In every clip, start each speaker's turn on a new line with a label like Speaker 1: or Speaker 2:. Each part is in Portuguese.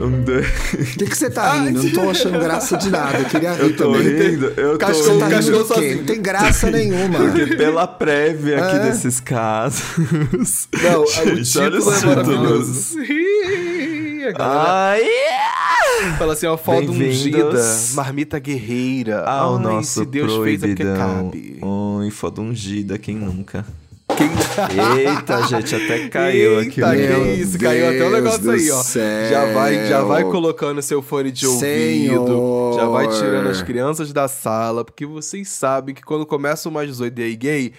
Speaker 1: O que, que você tá rindo? Não tô achando graça de nada. Eu queria rir
Speaker 2: Eu tô
Speaker 1: também.
Speaker 2: rindo, eu tô
Speaker 1: Cachorro
Speaker 2: rindo.
Speaker 1: tá rindo
Speaker 2: Cachorro
Speaker 1: do quê? Não tem graça nenhuma.
Speaker 2: Porque pela prévia aqui
Speaker 1: É.
Speaker 2: desses casos.
Speaker 1: Não, o
Speaker 2: Gente, olha
Speaker 1: título
Speaker 2: os
Speaker 1: é maravilhoso.
Speaker 2: títulos.
Speaker 3: A galera
Speaker 2: Ai!
Speaker 3: fala assim, ó, foda
Speaker 2: Bem-vindos.
Speaker 3: ungida, marmita guerreira.
Speaker 2: Ao
Speaker 3: Ai,
Speaker 2: nosso
Speaker 3: se Deus fez é porque
Speaker 2: proibidão.
Speaker 3: cabe.
Speaker 2: Oi, foda ungida, quem nunca? Eita, gente, até caiu aqui.
Speaker 3: Eita,
Speaker 2: o
Speaker 3: que
Speaker 2: negócio.
Speaker 3: isso, caiu até o
Speaker 1: Deus
Speaker 3: negócio
Speaker 1: do
Speaker 3: aí, ó.
Speaker 1: céu.
Speaker 3: Já vai, já vai colocando seu fone de ouvido,
Speaker 1: É. Senhor.
Speaker 3: já vai tirando as crianças da sala, porque vocês sabem que quando começa o mais 18 day gay,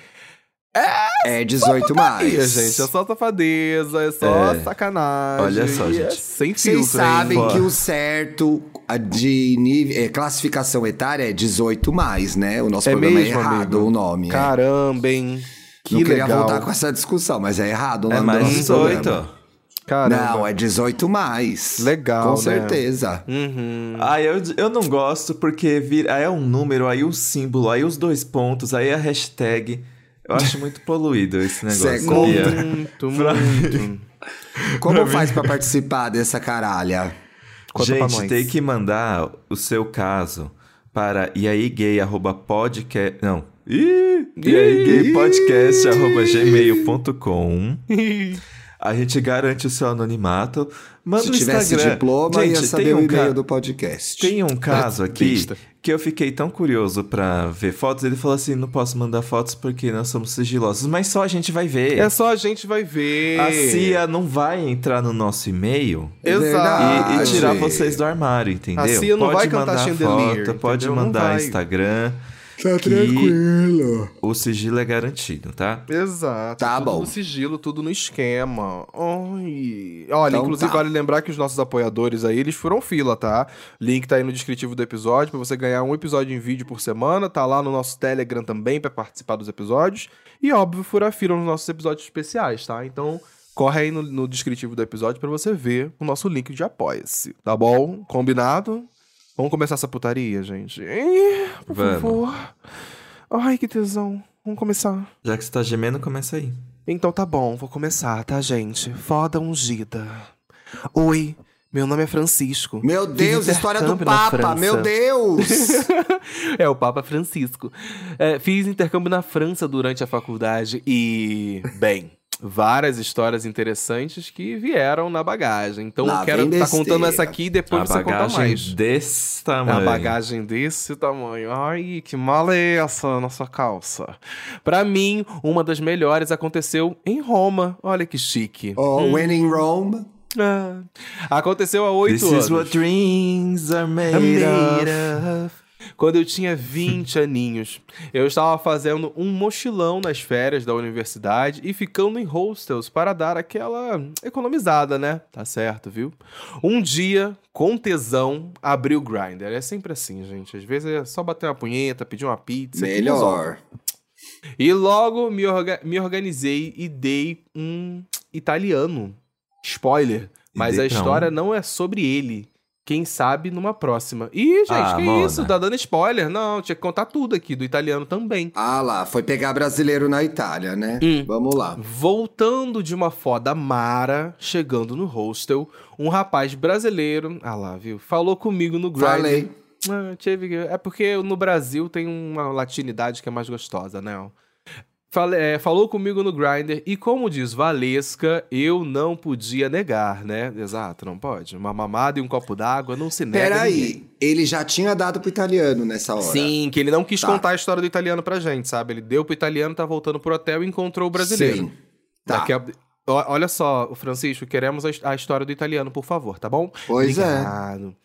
Speaker 1: É 18
Speaker 3: aí,
Speaker 1: mais.
Speaker 3: gente, é só safadeza, é só
Speaker 2: É.
Speaker 3: sacanagem.
Speaker 2: Olha só,
Speaker 3: e É
Speaker 2: gente.
Speaker 3: sem filtro,
Speaker 1: Vocês sabem
Speaker 3: hein?
Speaker 1: que o certo a de nível, é, classificação etária é 18 mais, né? O nosso
Speaker 3: É
Speaker 1: programa
Speaker 3: mesmo,
Speaker 1: é errado
Speaker 3: amigo?
Speaker 1: o nome. é.
Speaker 3: Caramba, hein? Que
Speaker 1: Não queria
Speaker 3: legal.
Speaker 1: voltar com essa discussão, mas é errado o
Speaker 2: É
Speaker 1: nome do
Speaker 2: mais
Speaker 1: nosso
Speaker 2: 18.
Speaker 1: programa.
Speaker 3: Caramba.
Speaker 1: Não, é 18 mais.
Speaker 3: Legal,
Speaker 1: Com
Speaker 3: né?
Speaker 1: certeza. Hum.
Speaker 3: Uhum.
Speaker 2: Ah, eu, eu não gosto porque vira, aí é um número, aí um símbolo, aí os dois pontos, aí a hashtag. Eu acho muito poluído esse
Speaker 1: Cê é
Speaker 2: negócio.
Speaker 1: contra?
Speaker 2: sabia?
Speaker 3: Muito,
Speaker 2: Pra-
Speaker 3: muito.
Speaker 1: Como faz pra participar dessa caralha?
Speaker 3: Conta pra
Speaker 2: Gente,
Speaker 3: nós.
Speaker 2: tem que mandar o seu caso para iaigay.podcast. Não. Ih, iaigaypodcast.gmail.com. A gente garante o seu anonimato. Manda
Speaker 1: Se
Speaker 2: no
Speaker 1: tivesse
Speaker 2: Instagram.
Speaker 1: diploma,
Speaker 2: Gente,
Speaker 1: ia saber
Speaker 2: tem um
Speaker 1: o e-mail
Speaker 2: ca-
Speaker 1: do podcast.
Speaker 2: Tem um caso aqui
Speaker 3: Besta.
Speaker 2: que eu fiquei tão curioso pra ver fotos. Ele falou assim: não posso mandar fotos porque nós somos sigilosos, mas só a gente vai ver.
Speaker 3: É só a gente vai ver.
Speaker 2: A CIA não vai entrar no nosso e-mail
Speaker 1: É
Speaker 3: Exato.
Speaker 2: e- e,
Speaker 1: verdade.
Speaker 2: tirar vocês do armário, entendeu?
Speaker 3: Ah, A CIA não
Speaker 2: pode
Speaker 3: vai
Speaker 2: mandar
Speaker 3: cantar Chandelier,
Speaker 2: foto, pode
Speaker 3: entendeu? Não
Speaker 2: mandar
Speaker 3: vai.
Speaker 2: Instagram.
Speaker 1: Tá
Speaker 2: que O sigilo é garantido, tá?
Speaker 3: Exato.
Speaker 1: Tá
Speaker 3: tudo
Speaker 1: bom.
Speaker 3: no sigilo, tudo no esquema. Ai. Olha,
Speaker 1: Então
Speaker 3: inclusive
Speaker 1: tá.
Speaker 3: vale lembrar que os nossos apoiadores aí, eles foram fila, tá? Link tá aí no descritivo do episódio pra você ganhar um episódio em vídeo por semana, tá lá no nosso Telegram também pra participar dos episódios e óbvio, fura fila nos nossos episódios especiais, tá? Então, corre aí no, no descritivo do episódio pra você ver o nosso link de apoia-se, tá bom? Combinado? Vamos começar essa putaria, gente. Ih, Por
Speaker 2: Vamos.
Speaker 3: favor. Ai, que tesão. Vamos começar.
Speaker 2: Já que você tá gemendo, começa aí.
Speaker 3: Então tá bom, vou começar, tá, gente? Foda ungida. Oi, meu nome é Francisco.
Speaker 1: Meu Deus,
Speaker 3: Fiz
Speaker 1: história do
Speaker 3: intercâmbio na
Speaker 1: Papa,
Speaker 3: França.
Speaker 1: meu Deus!
Speaker 3: É o Papa Francisco. É, fiz intercâmbio na França durante a faculdade e. Bem. Várias histórias interessantes que vieram na bagagem. Então
Speaker 1: Lá
Speaker 3: eu quero
Speaker 1: vem
Speaker 3: estar tá contando
Speaker 1: besteira.
Speaker 3: essa aqui e depois
Speaker 2: a
Speaker 3: você conta
Speaker 2: bagagem
Speaker 3: mais.
Speaker 2: desse
Speaker 3: É uma
Speaker 2: tamanho.
Speaker 3: bagagem desse tamanho. Ai, que mala é essa na sua calça? Pra mim, uma das melhores aconteceu em Roma. Olha que chique.
Speaker 1: oh, When in Rome.
Speaker 3: Ah. Aconteceu há é oito
Speaker 2: This
Speaker 3: anos.
Speaker 2: is what dreams are made, of.
Speaker 3: Quando eu tinha 20 aninhos, eu estava fazendo um mochilão nas férias da universidade e ficando em hostels para dar aquela economizada, né? Tá certo, viu? Um dia, com tesão, abri o Grindr. É sempre assim, gente. Às vezes é só bater uma punheta, pedir uma pizza. que resolve.
Speaker 1: Melhor.
Speaker 3: E logo me, orga- me organizei e dei um italiano. Spoiler.
Speaker 2: E
Speaker 3: Mas
Speaker 2: dei
Speaker 3: a
Speaker 2: pra
Speaker 3: história
Speaker 2: um.
Speaker 3: não é sobre ele. Quem sabe numa próxima. Ih, gente,
Speaker 2: Ah,
Speaker 3: que
Speaker 2: Mona.
Speaker 3: isso? Tá dando spoiler? Não, tinha que contar tudo aqui, do italiano também.
Speaker 1: Ah lá, foi pegar brasileiro na Itália, né?
Speaker 3: Hum.
Speaker 1: Vamos lá.
Speaker 3: Voltando de uma foda mara, chegando no hostel, um rapaz brasileiro, ah lá, viu, falou comigo no Grindr.
Speaker 1: Falei.
Speaker 3: Ah, tive que- É porque no Brasil tem uma latinidade que é mais gostosa, né? Fale- é, falou comigo no Grindr e, como diz Valesca, eu não podia negar, né? Exato, não pode. Uma mamada e um copo d'água não se nega. a ninguém.
Speaker 1: Peraí, ele já tinha dado pro italiano nessa hora.
Speaker 3: Sim, que ele não quis
Speaker 1: Tá.
Speaker 3: contar a história do italiano pra gente, sabe? Ele deu pro italiano, tá voltando pro hotel e encontrou o brasileiro.
Speaker 1: Sim. Tá.
Speaker 3: Daqui a- O- Olha só, o Francisco, queremos a his- a história do italiano, por favor, tá bom?
Speaker 1: Pois é.
Speaker 3: Obrigado.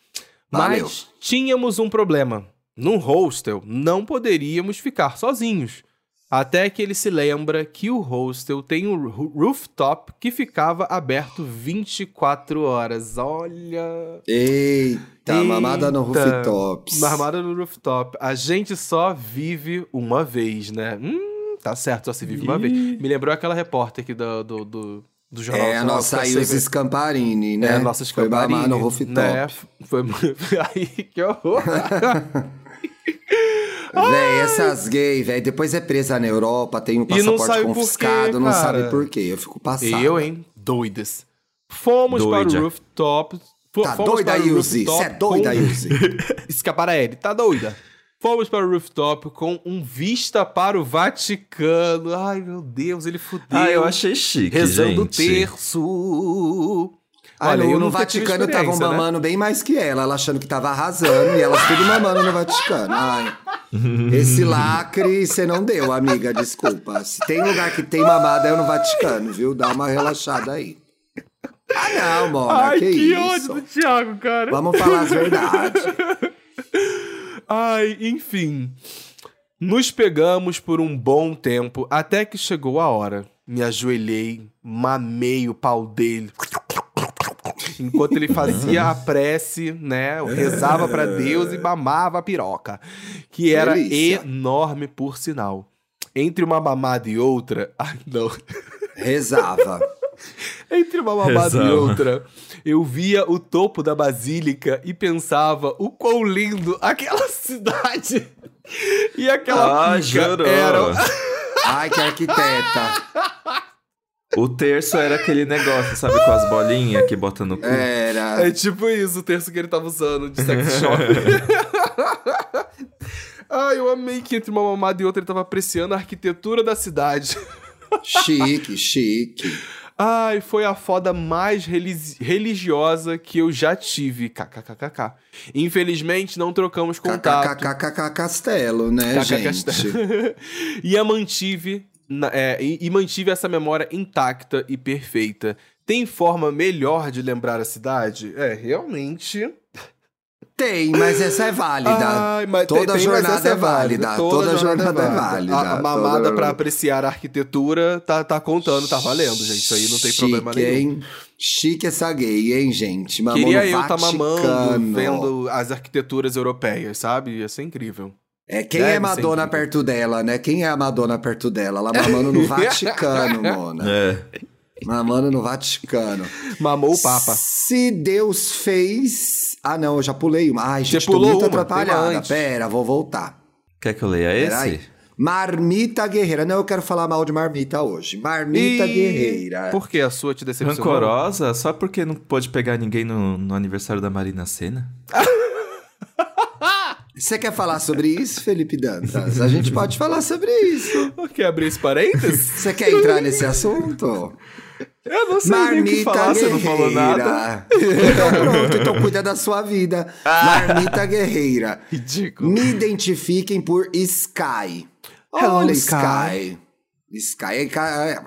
Speaker 1: Valeu.
Speaker 3: Mas tínhamos um problema. Num hostel, não poderíamos ficar sozinhos. Até que ele se lembra que o hostel tem um ru- rooftop que ficava aberto 24 horas. Olha.
Speaker 1: Eita, mamada no
Speaker 3: Eita.
Speaker 1: rooftops.
Speaker 3: Armada no rooftop. A gente só vive uma vez, né? Hum, tá certo, só se vive uma vez. Me lembrou aquela repórter aqui do, do, do, do jornal.
Speaker 1: É a
Speaker 3: Nacional que
Speaker 1: nossa
Speaker 3: tá
Speaker 1: Ilse
Speaker 3: sempre-
Speaker 1: Scamparini, né?
Speaker 3: É, nossas
Speaker 1: Foi mamar no
Speaker 3: camparinhas,
Speaker 1: rooftop.
Speaker 3: né? Foi aí que horror. Ah!
Speaker 1: Véi, essas gays, véi, depois é presa na Europa, tem o
Speaker 3: E não
Speaker 1: passaporte
Speaker 3: sabe por quê,
Speaker 1: confiscado, não
Speaker 3: cara.
Speaker 1: sabe por quê. Eu fico passado.
Speaker 3: Eu, hein? Doidas. Fomos
Speaker 2: Doida.
Speaker 3: para o rooftop, Fo-
Speaker 1: Tá
Speaker 3: fomos
Speaker 1: doida,
Speaker 3: para o
Speaker 1: Ilse?
Speaker 3: rooftop
Speaker 1: Cê é doida,
Speaker 3: com-
Speaker 1: Ilse?
Speaker 3: Escapar a ele, tá doida. Fomos para o rooftop com um vista para o Vaticano. Ai, meu Deus, ele fudeu.
Speaker 2: Ah, eu achei chique,
Speaker 3: Rezando o
Speaker 2: gente.
Speaker 3: terço.
Speaker 1: Ah,
Speaker 3: Olha,
Speaker 1: no,
Speaker 3: eu
Speaker 1: no
Speaker 3: nunca tive
Speaker 1: Vaticano estavam
Speaker 3: experiência, né?
Speaker 1: mamando bem mais que ela, ela achando que tava arrasando e elas tudo mamando no Vaticano. Ai. Esse lacre você não deu, amiga, desculpa. Se tem lugar que tem mamada é no Vaticano, viu? Dá uma relaxada aí. Ah, não, Mona,
Speaker 3: Ai,
Speaker 1: que,
Speaker 3: que,
Speaker 1: isso.
Speaker 3: ódio do Thiago, cara.
Speaker 1: Vamos falar as verdades.
Speaker 3: Ai, enfim. Nos pegamos por um bom tempo, até que chegou a hora. Me ajoelhei, mamei o pau dele. Enquanto ele fazia a prece, né? Eu rezava pra Deus e mamava a piroca. Que era
Speaker 1: Delícia.
Speaker 3: enorme, por sinal. Entre uma mamada e outra. Ai, não.
Speaker 1: Rezava.
Speaker 3: Entre uma mamada e
Speaker 2: Rezava.
Speaker 3: outra, eu via o topo da basílica e pensava o quão lindo aquela cidade e aquela
Speaker 2: Ah,
Speaker 3: pica
Speaker 2: jurou.
Speaker 3: eram.
Speaker 1: Ai, que arquiteta.
Speaker 2: O terço era aquele negócio, sabe, com as bolinhas que bota no cu.
Speaker 1: Era.
Speaker 3: É tipo isso, o terço que ele tava usando de sex shop. Ah, eu amei que entre uma mamada e outra ele tava apreciando a arquitetura da cidade.
Speaker 1: Chique, chique.
Speaker 3: Ai, foi a foda mais reli- religiosa que eu já tive. KKKKK. Infelizmente, não trocamos contato.
Speaker 1: KKKKK Castelo, né,
Speaker 3: KKK
Speaker 1: gente?
Speaker 3: Castelo. e a mantive na- é, e, e mantive essa memória intacta e perfeita. Tem forma melhor de lembrar a cidade? É, realmente.
Speaker 1: Tem, mas essa é válida.
Speaker 3: Ai, mas
Speaker 1: Toda
Speaker 3: mas
Speaker 1: jornada
Speaker 3: essa
Speaker 1: é válida, toda jornada é válida,
Speaker 3: A, a
Speaker 1: toda
Speaker 3: mamada
Speaker 1: jornada-
Speaker 3: pra apreciar a arquitetura tá, tá contando, tá valendo, gente. Isso aí não tem problema
Speaker 1: Chique,
Speaker 3: nenhum.
Speaker 1: Hein? Chique essa gay, hein, gente? Mamou
Speaker 3: Queria
Speaker 1: no
Speaker 3: eu tá
Speaker 1: Vaticano.
Speaker 3: mamando, vendo as arquiteturas europeias, sabe? Ia ser incrível.
Speaker 1: É, quem
Speaker 3: Deve
Speaker 1: é Madonna
Speaker 3: ser.
Speaker 1: perto dela, né? Quem é a Madonna perto dela? Ela mamando no Vaticano, mona.
Speaker 2: É.
Speaker 1: Mamando no Vaticano.
Speaker 3: Mamou o Papa.
Speaker 1: Se Deus fez... Ah, não, eu já pulei uma. Ai, gente,
Speaker 3: pulou
Speaker 1: tô muito
Speaker 3: uma, tem uma
Speaker 1: atrapalhada.
Speaker 3: antes.
Speaker 1: Pera, vou voltar.
Speaker 2: Quer que eu leia
Speaker 1: Peraí.
Speaker 2: esse?
Speaker 1: Marmita Guerreira. Não, eu quero falar mal de Marmita hoje. Marmita
Speaker 3: Ih,
Speaker 1: Guerreira.
Speaker 3: Por que a sua te decepcionou?
Speaker 2: Rancorosa? Só porque não pôde pegar ninguém no, no aniversário da Marina Senna?
Speaker 1: Você quer falar sobre isso, Felipe Dantas? A gente pode falar sobre isso.
Speaker 3: Quer abrir esse parênteses?
Speaker 1: Você quer entrar nesse assunto?
Speaker 2: Eu não sei nem o que
Speaker 1: Marmita
Speaker 2: falar, você
Speaker 1: Guerreira.
Speaker 2: não falou nada. Ah.
Speaker 1: Então pronto, então cuida da sua vida. Marmita Guerreira.
Speaker 3: Ridículo.
Speaker 1: Me identifiquem por Sky.
Speaker 3: Hello,
Speaker 1: Olha,
Speaker 3: Sky.
Speaker 1: Sky. Sky é... ca-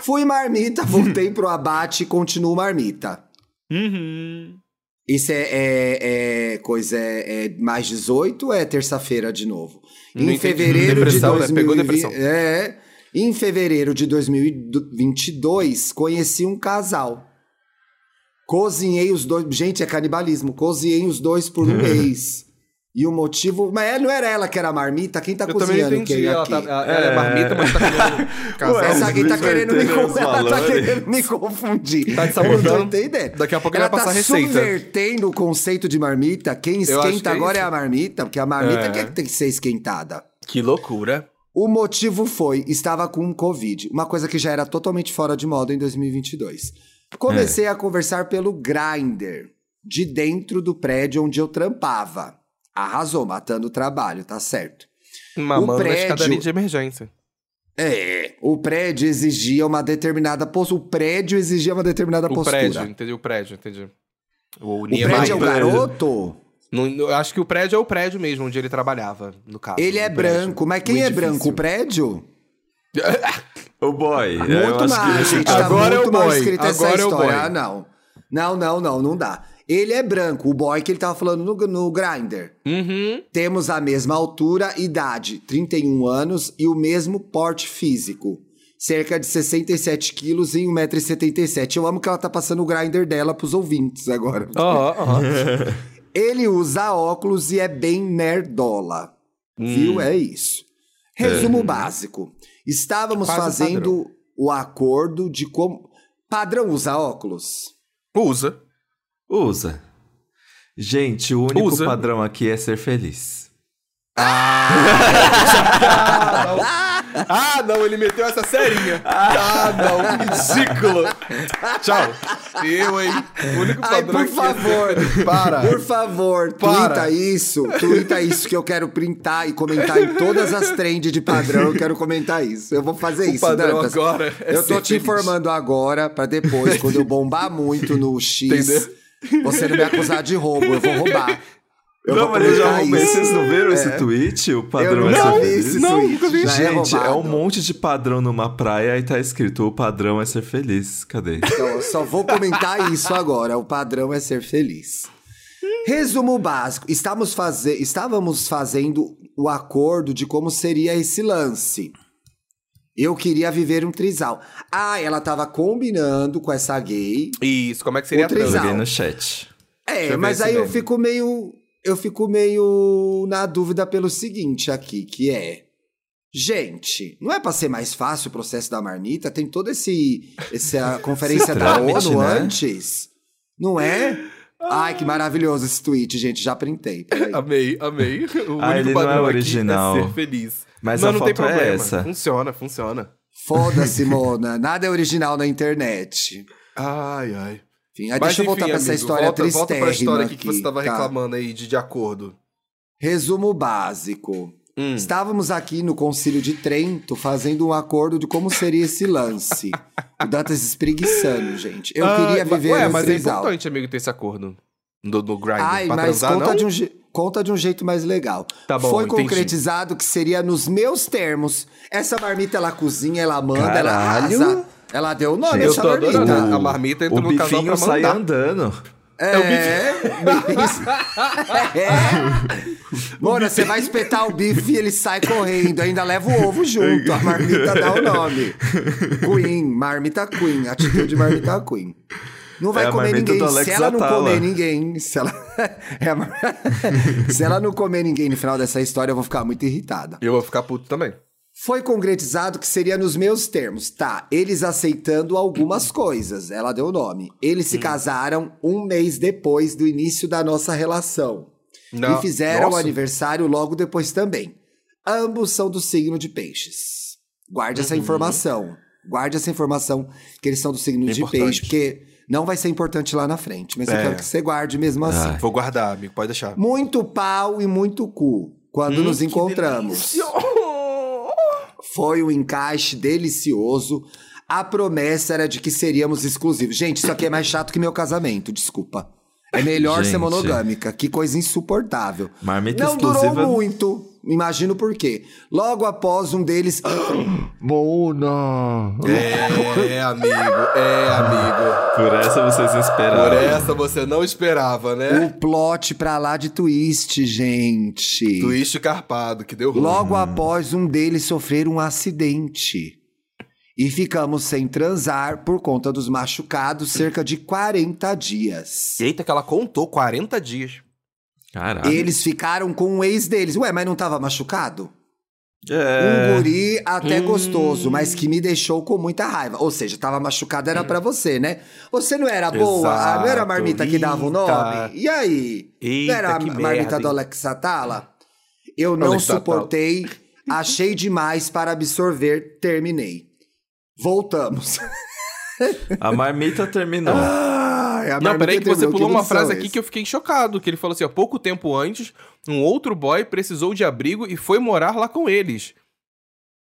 Speaker 1: Fui marmita, voltei pro abate e continuo marmita.
Speaker 3: Uhum.
Speaker 1: Isso é, é- é coisa é, é mais 18 ou é terça-feira de novo?
Speaker 3: Não
Speaker 1: em
Speaker 3: entendi.
Speaker 1: fevereiro
Speaker 3: Depressão, né?
Speaker 1: de
Speaker 3: Pegou
Speaker 1: 2020,
Speaker 3: depressão.
Speaker 1: é, em fevereiro de 2022 conheci um casal. Cozinhei os dois, gente, é canibalismo. Cozinhei os dois por um mês. E o motivo, mas é, não era ela que era a marmita, quem tá
Speaker 3: Eu também
Speaker 1: cozinhando
Speaker 3: não entendi.
Speaker 1: quem
Speaker 3: Ela,
Speaker 1: aqui?
Speaker 3: tá, ela ela é
Speaker 2: É.
Speaker 3: marmita, mas tá querendo casar.
Speaker 2: Ué,
Speaker 1: Essa aqui tá
Speaker 2: Luiz
Speaker 1: querendo, me,
Speaker 2: Ortega,
Speaker 1: con-
Speaker 2: os
Speaker 1: ela tá
Speaker 2: valores.
Speaker 1: querendo me confundir.
Speaker 3: Tá te sabotando.
Speaker 1: Eu não tô entendendo.
Speaker 3: Daqui a pouco
Speaker 1: ela
Speaker 3: ele vai passar
Speaker 1: tá
Speaker 3: receita.
Speaker 1: subvertendo o conceito de marmita. Quem
Speaker 3: Eu acho que
Speaker 1: esquenta
Speaker 3: é
Speaker 1: agora é,
Speaker 3: isso.
Speaker 1: a marmita, porque a marmita
Speaker 3: É.
Speaker 1: que é que tem que ser esquentada.
Speaker 3: Que loucura.
Speaker 1: O motivo foi, estava com Covid, uma coisa que já era totalmente fora de moda em 2022. Comecei
Speaker 3: É.
Speaker 1: a conversar pelo Grindr, de dentro do prédio onde eu trampava. Arrasou, matando o trabalho, tá certo.
Speaker 3: Mamando na
Speaker 1: prédio-
Speaker 3: escadaria de emergência.
Speaker 1: É, o prédio exigia uma determinada postura. O prédio exigia uma determinada
Speaker 3: O
Speaker 1: postura.
Speaker 3: prédio, entendi. O prédio, entendi. O,
Speaker 1: O prédio é o garoto?
Speaker 3: acho que o prédio é o prédio mesmo, onde ele trabalhava, no caso.
Speaker 1: Ele é
Speaker 3: o prédio.
Speaker 1: branco, mas
Speaker 3: O
Speaker 1: quem é
Speaker 3: edifício.
Speaker 1: branco? O prédio?
Speaker 2: O boy.
Speaker 3: É,
Speaker 2: é, eu
Speaker 1: Muito
Speaker 2: acho
Speaker 1: mal,
Speaker 2: que...
Speaker 1: gente. Tá
Speaker 3: Agora é o
Speaker 1: muito mal
Speaker 3: boy,
Speaker 1: escrita essa
Speaker 3: agora é o
Speaker 1: história.
Speaker 3: boy.
Speaker 1: Ah, não. Não, não, não, não dá. Ele é branco, o boy que ele tava falando no, no Grindr.
Speaker 3: Uhum.
Speaker 1: Temos a mesma altura, idade, 31 anos e o mesmo porte físico. Cerca de 67 quilos em 1,77m. Eu amo que ela tá passando o grinder dela pros ouvintes agora.
Speaker 3: Aham, aham.
Speaker 1: Ele usa óculos e é bem nerdola.
Speaker 3: Hum.
Speaker 1: Viu? É isso. Resumo básico. Estávamos
Speaker 3: É. Quase
Speaker 1: fazendo o acordo de como. Padrão usa óculos?
Speaker 3: Usa.
Speaker 2: Usa. Gente, o único
Speaker 3: Usa.
Speaker 2: padrão aqui é ser feliz.
Speaker 3: Ah, não, ele meteu essa serinha. Ah, não, ridículo. Tchau. Eu, hein? O único
Speaker 1: Ai,
Speaker 3: padrão
Speaker 1: por
Speaker 3: aqui é
Speaker 1: favor.
Speaker 3: ser- Para.
Speaker 1: Por favor,
Speaker 3: Para.
Speaker 1: trinta isso. Trinta isso que eu quero printar e comentar em todas as trends de padrão. Eu quero comentar isso. Eu vou fazer
Speaker 3: O
Speaker 1: isso,
Speaker 3: padrão
Speaker 1: Dantas.
Speaker 3: agora é
Speaker 1: eu tô
Speaker 3: ser
Speaker 1: te
Speaker 3: feliz.
Speaker 1: informando agora, pra depois, quando eu bombar muito no X,
Speaker 3: Entendeu?
Speaker 1: você não me acusar de roubo. Eu vou roubar. Eu
Speaker 2: não,
Speaker 1: vou
Speaker 2: mas eu já
Speaker 1: aproveitar
Speaker 2: roubei.
Speaker 1: isso. É.
Speaker 2: Vocês não viram esse tweet? O padrão vai
Speaker 1: Eu nunca
Speaker 2: ser
Speaker 1: vi
Speaker 2: feliz.
Speaker 1: esse
Speaker 3: Não,
Speaker 1: tweet.
Speaker 3: nunca vi.
Speaker 1: Já
Speaker 2: Gente, é, um
Speaker 1: roubado.
Speaker 2: monte de padrão numa praia e tá escrito: o padrão é ser feliz. Cadê?
Speaker 1: Então, eu só vou comentar isso agora. O padrão é ser feliz. Resumo básico. Estamos faze- Estávamos fazendo o acordo de como seria esse lance. Eu queria viver um trisal. Ah, ela tava combinando com essa gay.
Speaker 3: Isso, como é que seria a
Speaker 1: Outra
Speaker 3: trama?
Speaker 1: exato.
Speaker 2: Joguei no chat.
Speaker 1: É,
Speaker 3: Deixa eu ver
Speaker 1: mas
Speaker 3: esse
Speaker 1: aí eu
Speaker 3: meme.
Speaker 1: fico meio. Eu fico meio na dúvida pelo seguinte aqui, que é. Gente, não é pra ser mais fácil o processo da marmita? Tem toda esse, essa conferência da
Speaker 2: trâmite,
Speaker 1: ONU
Speaker 2: né?
Speaker 1: antes. Não é? Ai, que maravilhoso esse tweet, gente. Já printei. peraí.
Speaker 3: Amei, amei. O
Speaker 2: Ah, ele
Speaker 3: único
Speaker 2: não é
Speaker 3: padrão
Speaker 2: original.
Speaker 3: aqui é ser feliz.
Speaker 2: Mas
Speaker 3: não,
Speaker 2: a
Speaker 3: não tem
Speaker 2: foto
Speaker 3: problema.
Speaker 2: é essa.
Speaker 3: Funciona, funciona.
Speaker 1: Foda-se, Mona. Nada é original na internet.
Speaker 3: Ai, ai.
Speaker 1: Enfim, aí
Speaker 3: Mas
Speaker 1: deixa eu voltar
Speaker 3: enfim,
Speaker 1: pra essa
Speaker 3: amigo,
Speaker 1: história
Speaker 3: volta,
Speaker 1: tristérrima
Speaker 3: volta pra história aqui
Speaker 1: aqui
Speaker 3: que você tava
Speaker 1: tá?
Speaker 3: reclamando aí de, de acordo.
Speaker 1: Resumo básico.
Speaker 3: Hum.
Speaker 1: Estávamos aqui no Concílio de Trento fazendo um acordo de como seria esse lance. o Dantas é espreguiçando, gente. Eu
Speaker 3: Ah,
Speaker 1: queria
Speaker 3: ma-
Speaker 1: viver
Speaker 3: Ué,
Speaker 1: no
Speaker 3: mas é
Speaker 1: trisal.
Speaker 3: importante, amigo, ter esse acordo do, do grind.
Speaker 1: Ai,
Speaker 3: pra
Speaker 1: mas
Speaker 3: transar,
Speaker 1: conta
Speaker 3: não?
Speaker 1: de, um, je- conta de um jeito mais legal.
Speaker 3: Tá bom,
Speaker 1: Foi
Speaker 3: entendi.
Speaker 1: concretizado que seria nos meus termos. Essa marmita, ela cozinha, ela manda, ela
Speaker 2: Caralho.
Speaker 1: arrasa. Ela deu o nome
Speaker 2: Gente,
Speaker 3: Eu
Speaker 1: essa
Speaker 3: tô
Speaker 1: marmita.
Speaker 3: adorando. tá? A marmita entrou
Speaker 2: o
Speaker 3: no casal pra
Speaker 2: bifinho sai
Speaker 3: mandar.
Speaker 2: andando.
Speaker 1: É,
Speaker 3: o
Speaker 2: É.
Speaker 1: bife. é. Mora, você vai espetar o bife e ele sai correndo. Ainda leva o ovo junto. A marmita dá o nome. Queen, marmita Queen. Atitude marmita Queen. Não vai
Speaker 2: É a
Speaker 1: comer
Speaker 2: marmita
Speaker 1: ninguém.
Speaker 2: do Alex
Speaker 1: Se ela não
Speaker 2: Atala.
Speaker 1: comer ninguém. Se ela... é a mar- se ela não comer ninguém no final dessa história, eu vou ficar muito irritada.
Speaker 3: Eu vou ficar puto também.
Speaker 1: Foi concretizado que seria nos meus termos. Tá, eles aceitando algumas coisas. Ela deu o nome. Eles
Speaker 3: Hum.
Speaker 1: se casaram um mês depois do início da nossa relação.
Speaker 3: Não.
Speaker 1: E fizeram o
Speaker 3: Nossa.
Speaker 1: aniversário logo depois também. Ambos são do signo de peixes. Guarde
Speaker 3: Uhum.
Speaker 1: essa informação. Guarde essa informação que eles são do signo de
Speaker 3: Importante.
Speaker 1: peixe, porque não vai ser importante lá na frente. Mas eu
Speaker 3: É.
Speaker 1: quero que você guarde mesmo assim.
Speaker 2: Ai.
Speaker 3: Vou guardar, amigo, pode deixar.
Speaker 1: Muito pau e muito cu
Speaker 2: Hum,
Speaker 1: quando nos encontramos. Foi um encaixe delicioso. A promessa era de que seríamos exclusivos. Gente, isso aqui é mais chato que meu casamento, desculpa. É melhor ser
Speaker 2: Gente.
Speaker 1: monogâmica, que coisa insuportável.
Speaker 2: Marmita
Speaker 1: Não
Speaker 2: exclusiva.
Speaker 1: durou muito, imagino por quê. Logo após um deles.
Speaker 2: Mona!
Speaker 3: É, amigo, é, amigo.
Speaker 2: Por essa vocês não esperaram.
Speaker 3: Por essa você não esperava, né?
Speaker 1: Ah. O plot pra lá de twist, gente.
Speaker 3: Twist carpado, que deu ruim.
Speaker 1: Logo após um deles sofrer um acidente. E ficamos sem transar por conta dos machucados cerca de 40 dias.
Speaker 3: Eita, que ela contou 40 dias.
Speaker 2: Caralho.
Speaker 1: Eles ficaram com o ex deles. Ué, mas não tava machucado? Um
Speaker 2: É.
Speaker 1: guri até gostoso, mas que me deixou com muita raiva. Ou seja, tava machucado, era pra você, né? Você não era boa, Ah, não era a marmita que dava o nome?
Speaker 3: Eita.
Speaker 1: E aí?
Speaker 3: Eita,
Speaker 1: não era a
Speaker 3: que
Speaker 1: marmita
Speaker 3: merda,
Speaker 1: do
Speaker 3: hein?
Speaker 1: Alex Atala? Eu não
Speaker 3: Alex Atala.
Speaker 1: suportei, achei demais para absorver, terminei. Voltamos.
Speaker 2: A marmita terminou.
Speaker 3: Ah,
Speaker 1: Ai, a
Speaker 3: Não,
Speaker 1: marmita
Speaker 3: peraí que você
Speaker 1: terminou,
Speaker 3: pulou uma
Speaker 1: lição
Speaker 3: frase aqui
Speaker 1: esse?
Speaker 3: que eu fiquei chocado, que ele falou assim, ó, pouco tempo antes, um outro boy precisou de abrigo e foi morar lá com eles.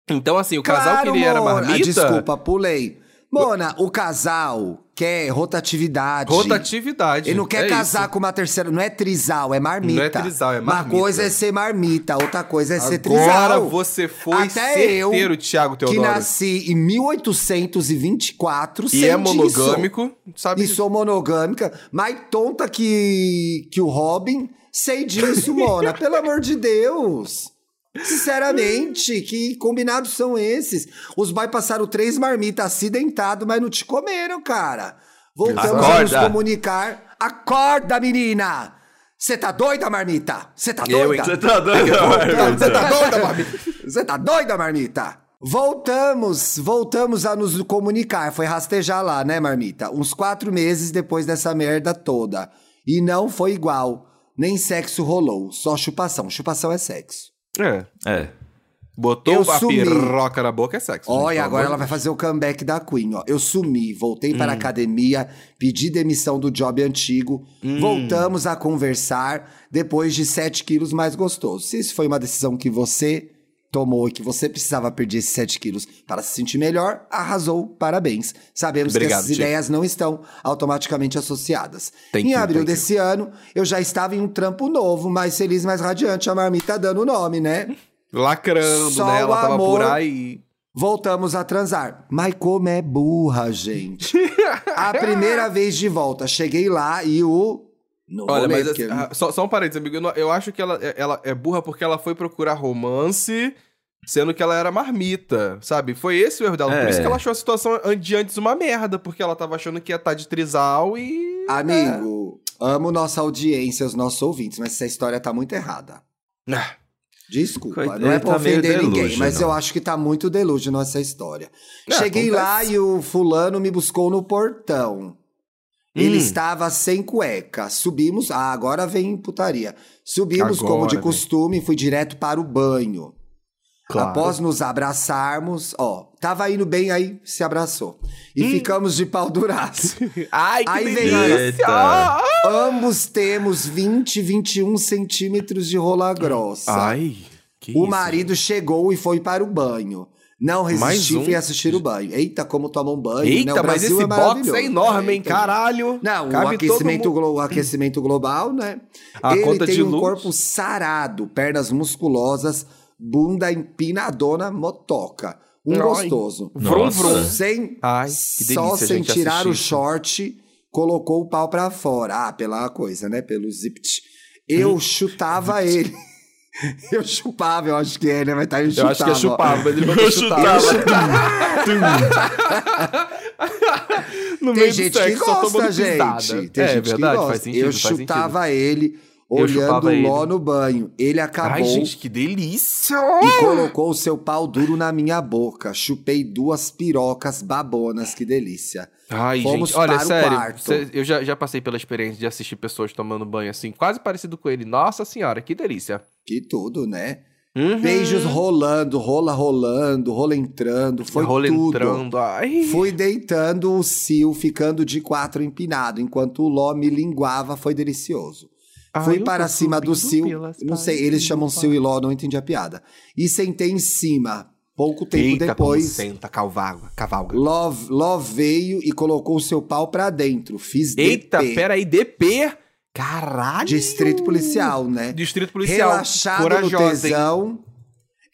Speaker 3: Então, assim, o casal que ele era
Speaker 1: Mona.
Speaker 3: marmita...
Speaker 1: Ah, Desculpa, pulei. Mona, o casal quer rotatividade.
Speaker 3: Rotatividade.
Speaker 1: Ele não quer
Speaker 3: é
Speaker 1: casar
Speaker 3: isso.
Speaker 1: com uma terceira. Não é trisal, é marmita.
Speaker 3: Não é trisal, é
Speaker 1: Uma
Speaker 3: marmita.
Speaker 1: coisa é ser marmita, outra coisa é ser trisal.
Speaker 3: Agora você foi
Speaker 1: Até
Speaker 3: certeiro,
Speaker 1: eu,
Speaker 3: Thiago
Speaker 1: Que
Speaker 3: Teodoro.
Speaker 1: nasci em 1824,
Speaker 3: E
Speaker 1: sei
Speaker 3: é
Speaker 1: disso.
Speaker 3: monogâmico, sabe?
Speaker 1: E sou monogâmica. Mais tonta que, que o Robin. Sei disso, Mona. Pelo amor de Deus. Sinceramente, que combinados são esses? Os boy passaram três marmitas acidentado, mas não te comeram, cara. Voltamos a nos
Speaker 2: Acorda.
Speaker 1: comunicar. Acorda, menina! Você tá doida, marmita? Você tá
Speaker 3: É Eu, hein?
Speaker 1: doida?
Speaker 2: Você tá doido,
Speaker 1: Você tá
Speaker 2: marmita?
Speaker 1: doida, marmita? Você tá doida, marmita? Voltamos, voltamos a nos comunicar. Foi rastejar lá, né, marmita? Uns quatro meses depois dessa merda toda. E não foi igual. Nem sexo rolou, só chupação. Chupação é sexo.
Speaker 3: É.
Speaker 2: É.
Speaker 3: Botou
Speaker 1: Eu
Speaker 3: a
Speaker 1: sumi.
Speaker 3: piroca na boca é sexo. gente,
Speaker 1: Olha,
Speaker 3: pelo
Speaker 1: agora ela
Speaker 3: amor
Speaker 1: vai fazer o comeback da Queen, ó. Eu sumi, voltei
Speaker 3: Hum.
Speaker 1: para a academia, pedi demissão do job antigo,
Speaker 3: Hum.
Speaker 1: voltamos a conversar depois de 7 quilos mais gostoso. Se isso foi uma decisão que você tomou e que você precisava perder esses 7 quilos para se sentir melhor, arrasou, parabéns. Sabemos que
Speaker 3: Obrigado,
Speaker 1: essas
Speaker 3: Chico.
Speaker 1: ideias não estão automaticamente associadas.
Speaker 3: Thank
Speaker 1: em
Speaker 3: you,
Speaker 1: abril
Speaker 3: thank you.
Speaker 1: desse ano, eu já estava em um trampo novo, mais feliz, mais radiante. A marmita dando o nome, né?
Speaker 3: Lacrando,
Speaker 1: Só
Speaker 3: né? Ela
Speaker 1: o
Speaker 3: tava
Speaker 1: amor.
Speaker 3: por aí.
Speaker 1: Voltamos a transar. Mas como é burra, gente. a primeira vez de volta. Cheguei lá e o. Não vou
Speaker 3: Olha,
Speaker 1: ler,
Speaker 3: mas
Speaker 1: porque-
Speaker 3: ah, só, só um parênteses, amigo. Eu, não- eu acho que ela, é- ela é burra porque ela foi procurar romance, sendo que ela era marmita, sabe? Foi esse o erro dela. Por
Speaker 2: É.
Speaker 3: isso que ela achou a situação an- de antes uma merda, porque ela tava achando que ia estar de trisal e.
Speaker 1: Amigo, amo nossa audiência, os nossos ouvintes, mas essa história tá muito errada.
Speaker 3: Ah,
Speaker 1: Desculpa,
Speaker 2: Coit-
Speaker 1: não é
Speaker 2: ele
Speaker 1: pra
Speaker 2: tá meio
Speaker 1: ofender ninguém,
Speaker 2: delusional.
Speaker 1: mas eu acho que tá muito delúgio essa história.
Speaker 3: É,
Speaker 1: Cheguei lá
Speaker 3: acontece.
Speaker 1: e o fulano me buscou no portão. Ele
Speaker 3: Hum.
Speaker 1: estava sem cueca. Subimos, ah, agora vem putaria. Subimos como
Speaker 3: Agora
Speaker 1: de
Speaker 3: vem.
Speaker 1: costume, fui direto para o banho.
Speaker 3: Claro.
Speaker 1: Após nos abraçarmos, ó, tava indo bem aí, se abraçou.
Speaker 3: Hum.
Speaker 1: E ficamos de pau duraço.
Speaker 3: Ai, que
Speaker 1: Aí vem
Speaker 2: Eita.
Speaker 3: delícia! Ah, ah.
Speaker 1: Ambos temos 20, 21 centímetros de rola grossa.
Speaker 3: Ai, que
Speaker 1: O
Speaker 3: isso.
Speaker 1: marido chegou e foi para o banho. Não resisti,
Speaker 3: Mais um.
Speaker 1: fui assistir o banho. Eita, como tomam banho. né?
Speaker 3: Eita,
Speaker 1: O
Speaker 3: mas
Speaker 1: Brasil
Speaker 3: esse
Speaker 1: é
Speaker 3: box
Speaker 1: maravilhoso.
Speaker 3: é enorme, hein?
Speaker 1: Eita.
Speaker 3: Caralho!
Speaker 1: Não, o
Speaker 3: Cabe todo
Speaker 1: aquecimento,
Speaker 3: mundo.
Speaker 1: glo- o aquecimento global, né?
Speaker 3: A
Speaker 1: Ele
Speaker 3: conta
Speaker 1: tem
Speaker 3: de
Speaker 1: um
Speaker 3: luz.
Speaker 1: corpo sarado, pernas musculosas, bunda empinadona, motoca. Um
Speaker 3: Ai.
Speaker 1: gostoso.
Speaker 3: Vrum,
Speaker 2: Nossa.
Speaker 3: vrum.
Speaker 1: Sem,
Speaker 3: Ai, que delícia,
Speaker 1: só sem
Speaker 3: gente,
Speaker 1: tirar o
Speaker 3: assistir isso.
Speaker 1: short, colocou o pau pra fora. Ah, pela coisa, né? Pelo zipt.
Speaker 3: Hum.
Speaker 1: Eu chutava ele. Eu chupava, eu acho que é, né? Mas tá, eu
Speaker 3: Eu
Speaker 1: chutava.
Speaker 3: acho que é
Speaker 1: ó.
Speaker 3: chupava, mas ele botou
Speaker 2: Eu
Speaker 3: chutava.
Speaker 1: Tem
Speaker 3: No meio do
Speaker 1: gente que
Speaker 3: sexo, só
Speaker 1: gosta,
Speaker 3: tomando pisada.
Speaker 1: gente. Tem
Speaker 3: é
Speaker 1: gente
Speaker 3: verdade,
Speaker 1: que gosta.
Speaker 3: faz sentido.
Speaker 1: eu
Speaker 3: faz sentido.
Speaker 1: chutava ele,
Speaker 3: Eu
Speaker 1: olhando
Speaker 3: chupava
Speaker 1: ló
Speaker 3: ele.
Speaker 1: no banho. Ele acabou
Speaker 3: Ai, gente, que delícia!
Speaker 1: e colocou o seu pau duro na minha boca. Chupei duas pirocas babonas, que delícia.
Speaker 3: Ai,
Speaker 1: Fomos
Speaker 3: gente, olha,
Speaker 1: para o
Speaker 3: sério,
Speaker 1: quarto.
Speaker 3: cê- eu já, já passei pela experiência de assistir pessoas tomando banho assim, quase parecido com ele. Nossa senhora, que delícia.
Speaker 1: Que tudo, né?
Speaker 3: Uhum.
Speaker 1: Beijos rolando, rola rolando, rola entrando, foi
Speaker 3: Rola
Speaker 1: tudo.
Speaker 3: entrando, ai.
Speaker 1: Fui deitando o cio, ficando de quatro empinado, enquanto o ló me linguava, foi delicioso.
Speaker 3: Ai,
Speaker 1: Fui
Speaker 3: eu
Speaker 1: para
Speaker 3: tô
Speaker 1: cima do
Speaker 3: subindo
Speaker 1: cio,
Speaker 3: pelas
Speaker 1: não sei,
Speaker 3: paredes
Speaker 1: eles
Speaker 3: do
Speaker 1: chamam cio e ló, não entendi a piada. E sentei em cima. Pouco tempo
Speaker 3: Eita, como é
Speaker 1: depois,
Speaker 3: senta, calvaga, cavalga.
Speaker 1: ló, ló veio e colocou o seu pau pra dentro. Fiz
Speaker 3: Eita,
Speaker 1: DP.
Speaker 3: peraí, DP? Caralho!
Speaker 1: Distrito policial, né?
Speaker 3: Distrito policial.
Speaker 1: Relaxado no
Speaker 3: Corajosa, hein?
Speaker 1: tesão.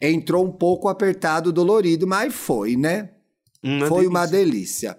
Speaker 1: Entrou um pouco apertado, dolorido, mas foi, né?
Speaker 3: Uma
Speaker 1: foi uma
Speaker 3: Hum, delícia.
Speaker 1: delícia.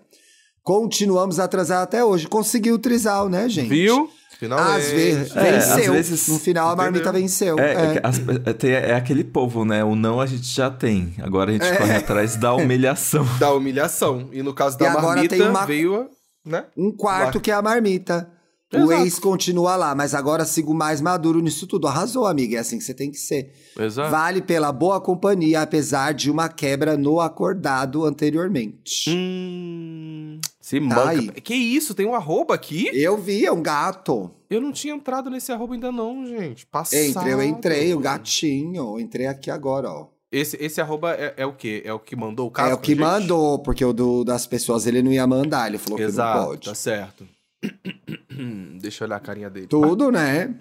Speaker 1: Continuamos a transar até hoje. Conseguiu o trisal, né, gente?
Speaker 3: Viu? Finalmente.
Speaker 1: Às vezes,
Speaker 2: É, às
Speaker 1: venceu.
Speaker 2: vezes-
Speaker 1: no final, a marmita
Speaker 3: Entendeu?
Speaker 1: venceu.
Speaker 2: É,
Speaker 1: É.
Speaker 2: é que as pe- é, tem- é aquele povo, né? O não a gente já tem. Agora a gente
Speaker 3: É.
Speaker 2: corre atrás da humilhação.
Speaker 3: Da humilhação. E no caso
Speaker 1: E
Speaker 3: da
Speaker 1: agora
Speaker 3: marmita,
Speaker 1: tem uma-
Speaker 3: veio a... Né?
Speaker 1: Um quarto que é a marmita. O
Speaker 3: Exato.
Speaker 1: ex continua lá, mas agora sigo mais maduro nisso tudo. Arrasou, amiga. É assim que você tem que ser.
Speaker 3: Exato.
Speaker 1: Vale pela boa companhia, apesar de uma quebra no acordado anteriormente.
Speaker 3: Hum... Se
Speaker 1: Tá aí.
Speaker 3: manca. Que isso? Tem um arroba aqui?
Speaker 1: Eu vi, é um gato.
Speaker 3: Eu não tinha entrado nesse arroba ainda não, gente. Passado.
Speaker 1: Entrei, eu entrei, o gatinho. Entrei aqui agora, ó.
Speaker 3: Esse, esse arroba é, é o quê? É o que mandou o caso?
Speaker 1: é o
Speaker 3: pra
Speaker 1: que
Speaker 3: Um gente?
Speaker 1: mandou, porque o do- das pessoas ele não ia mandar. Ele falou que não
Speaker 3: Exato,
Speaker 1: pode.
Speaker 3: tá certo. Deixa eu olhar a carinha dele.
Speaker 1: Tudo, né?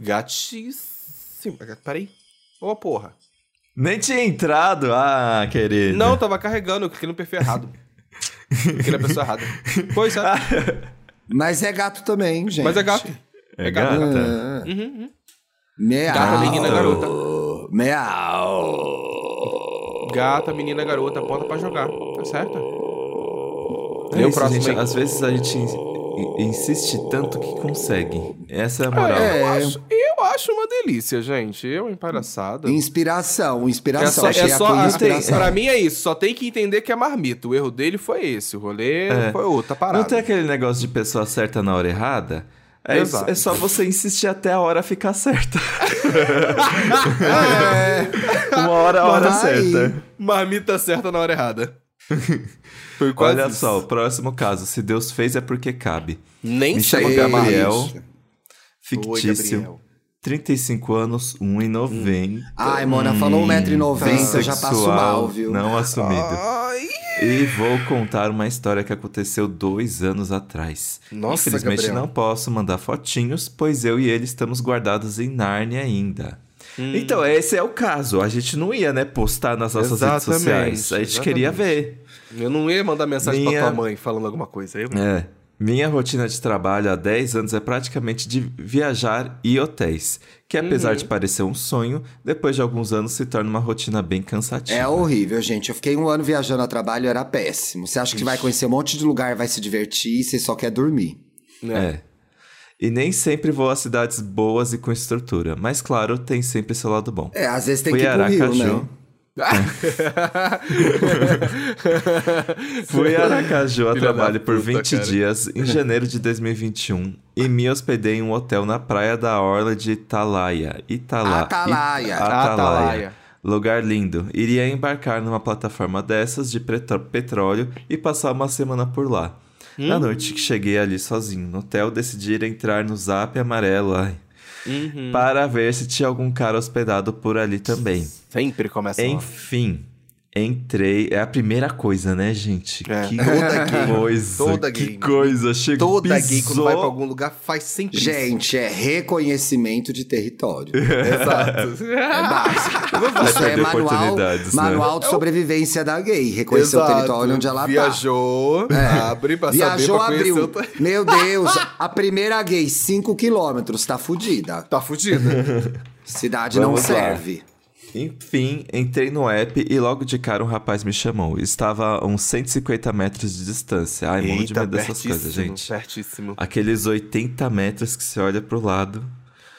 Speaker 3: Gatíssimo. Peraí. Ô, porra.
Speaker 2: Nem tinha entrado, ah, querido.
Speaker 3: Não, tava carregando. Eu cliquei no perfil é errado. cliquei na pessoa errada. Pois é.
Speaker 1: Mas é gato também, Ah, gente.
Speaker 3: Mas é gato.
Speaker 2: É
Speaker 3: É gata.
Speaker 2: gata.
Speaker 1: Ah,
Speaker 3: Uhum, uhum.
Speaker 1: Meau.
Speaker 3: Gata, menina, garota.
Speaker 1: Meau.
Speaker 3: Gata, menina, garota, bota pra jogar. Tá certo?
Speaker 2: É
Speaker 3: Lê o
Speaker 2: isso,
Speaker 3: próximo
Speaker 2: gente.
Speaker 3: aí.
Speaker 2: Às vezes a gente in- insiste tanto que consegue. Essa é a moral.
Speaker 1: É.
Speaker 3: Eu, acho, eu acho uma delícia, gente. Eu embaraçada.
Speaker 1: Inspiração,
Speaker 3: É
Speaker 1: inspiração.
Speaker 3: só,
Speaker 1: Achei
Speaker 3: é
Speaker 1: a
Speaker 3: só
Speaker 1: Queen
Speaker 3: a-
Speaker 1: inspiração.
Speaker 3: pra mim é isso, só tem que entender que é marmita. O erro dele foi esse, o rolê
Speaker 2: É.
Speaker 3: foi outra parada.
Speaker 2: Não tem aquele negócio de pessoa certa na hora errada? É,
Speaker 3: Exato.
Speaker 2: é só você insistir até a hora ficar certa.
Speaker 1: É.
Speaker 2: Uma hora a hora
Speaker 1: Vai.
Speaker 2: certa.
Speaker 3: Marmita certa na hora errada. Foi quase
Speaker 2: Olha
Speaker 3: isso.
Speaker 2: só, o próximo caso. Se Deus fez é porque cabe.
Speaker 3: Nem
Speaker 2: Me
Speaker 3: sei.
Speaker 2: chama
Speaker 1: sei.
Speaker 2: Gabriel.
Speaker 1: Isso.
Speaker 2: Fictício.
Speaker 3: Oi, Gabriel.
Speaker 2: 35 anos, 1,90.
Speaker 1: Ai, Mona, falou 1,90m, Hum. eu já passo
Speaker 2: Bissexual,
Speaker 1: mal, viu?
Speaker 2: Hum,
Speaker 1: Ah.
Speaker 2: Não assumido.
Speaker 3: Ai,
Speaker 2: E vou contar uma história que aconteceu dois anos atrás.
Speaker 3: Nossa,
Speaker 2: Infelizmente
Speaker 3: Gabriel.
Speaker 2: não posso mandar fotinhos, pois eu e ele estamos guardados em Nárnia ainda.
Speaker 3: Hum.
Speaker 2: Então, esse é o caso. A gente não ia, né, postar nas nossas redes
Speaker 3: Exatamente,
Speaker 2: sociais. A gente queria ver.
Speaker 3: eu não ia mandar mensagem
Speaker 2: Minha-
Speaker 3: pra tua mãe falando alguma coisa. Eu...
Speaker 2: É. Minha rotina de trabalho há 10 anos é praticamente de viajar e hotéis, que apesar
Speaker 3: Uhum.
Speaker 2: de parecer um sonho, depois de alguns anos se torna uma rotina bem cansativa.
Speaker 1: É horrível, gente. Eu fiquei um ano viajando a trabalho, era péssimo. Você acha que vai conhecer um monte de lugar, vai se divertir, você só quer dormir.
Speaker 3: né?
Speaker 2: É. E nem sempre vou a cidades boas e com estrutura, mas claro, tem sempre seu lado bom.
Speaker 1: É, às vezes tem
Speaker 2: Fui
Speaker 1: que ir
Speaker 2: a
Speaker 1: pro Rio,
Speaker 2: Aracaju.
Speaker 1: né?
Speaker 2: Fui a Aracaju a
Speaker 3: Filha da
Speaker 2: trabalho por
Speaker 3: puta,
Speaker 2: 20
Speaker 3: cara.
Speaker 2: dias em janeiro de 2021 e me hospedei em um hotel na praia da Orla de Italaia. Itala...
Speaker 1: Atalaia.
Speaker 2: It-
Speaker 3: Ah, tá,
Speaker 2: Atalaia. Lugar lindo. Iria embarcar numa plataforma dessas de petro- petróleo e passar uma semana por lá.
Speaker 3: Hum.
Speaker 2: Na noite que cheguei ali sozinho no hotel, decidi ir entrar no zap amarelo ai,
Speaker 3: Uhum.
Speaker 2: para ver se tinha algum cara hospedado por ali também.
Speaker 3: Sempre começa lá.
Speaker 2: Enfim, entrei. É a primeira coisa, né, gente?
Speaker 3: É.
Speaker 2: Que
Speaker 1: Toda gay.
Speaker 2: coisa.
Speaker 3: Toda
Speaker 2: que
Speaker 3: gay. né?
Speaker 2: coisa. um Chegou,
Speaker 3: Toda
Speaker 2: pisou.
Speaker 3: gay quando vai pra algum lugar faz sempre isso.
Speaker 1: Gente, é reconhecimento de território.
Speaker 3: Exato.
Speaker 1: É básico.
Speaker 2: vai
Speaker 1: Isso é
Speaker 2: perder
Speaker 1: manual,
Speaker 2: oportunidades, né?
Speaker 1: manual de sobrevivência da gay. Reconhecer o território onde ela tá.
Speaker 3: Viajou, abre pra
Speaker 1: Viajou,
Speaker 3: saber pra conhecer
Speaker 1: abriu.
Speaker 3: o ta-
Speaker 1: Meu Deus, a primeira gay, 5 quilômetros, tá fudida.
Speaker 3: Tá fudido.
Speaker 1: Cidade
Speaker 2: Vamos
Speaker 1: não
Speaker 2: lá.
Speaker 1: serve.
Speaker 2: Enfim, entrei no app e logo de cara um rapaz me chamou. Estava a uns 150 metros de distância. Ai, morro de medo dessas coisas, gente.
Speaker 3: Certíssimo.
Speaker 2: Aqueles 80 metros que você olha pro lado.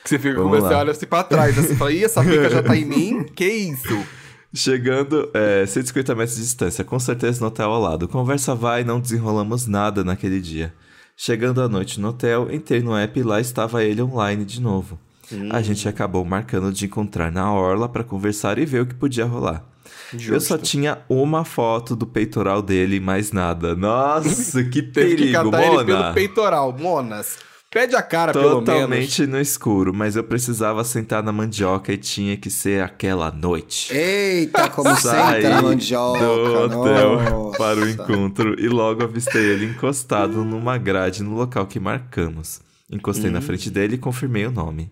Speaker 3: Você fica
Speaker 2: Vamos
Speaker 3: como você
Speaker 2: lá.
Speaker 3: olha assim pra trás, assim, fala, ih, essa pica já tá em mim? Que isso?
Speaker 2: Chegando é, 150 metros de distância, com certeza no hotel ao lado. Conversa vai, não desenrolamos nada naquele dia. Chegando à noite no hotel, entrei no app e lá estava ele online de novo.
Speaker 3: Hum.
Speaker 2: A gente acabou marcando de encontrar na orla para conversar e ver o que podia rolar. Eu só tinha uma foto do peitoral dele e mais nada. Nossa, que
Speaker 3: Teve que
Speaker 2: perigo,
Speaker 3: catar ele pelo
Speaker 2: Mona!
Speaker 3: peitoral. Monas, pede a cara pelo menos.
Speaker 2: Totalmente no escuro, mas eu precisava sentar na mandioca e tinha que ser aquela noite.
Speaker 1: Eita, como
Speaker 2: Saí
Speaker 1: senta na mandioca.
Speaker 2: do hotel
Speaker 1: nossa.
Speaker 2: para o encontro e logo avistei ele encostado numa grade no local que marcamos. Encostei
Speaker 1: Hum.
Speaker 2: na frente dele e confirmei o nome.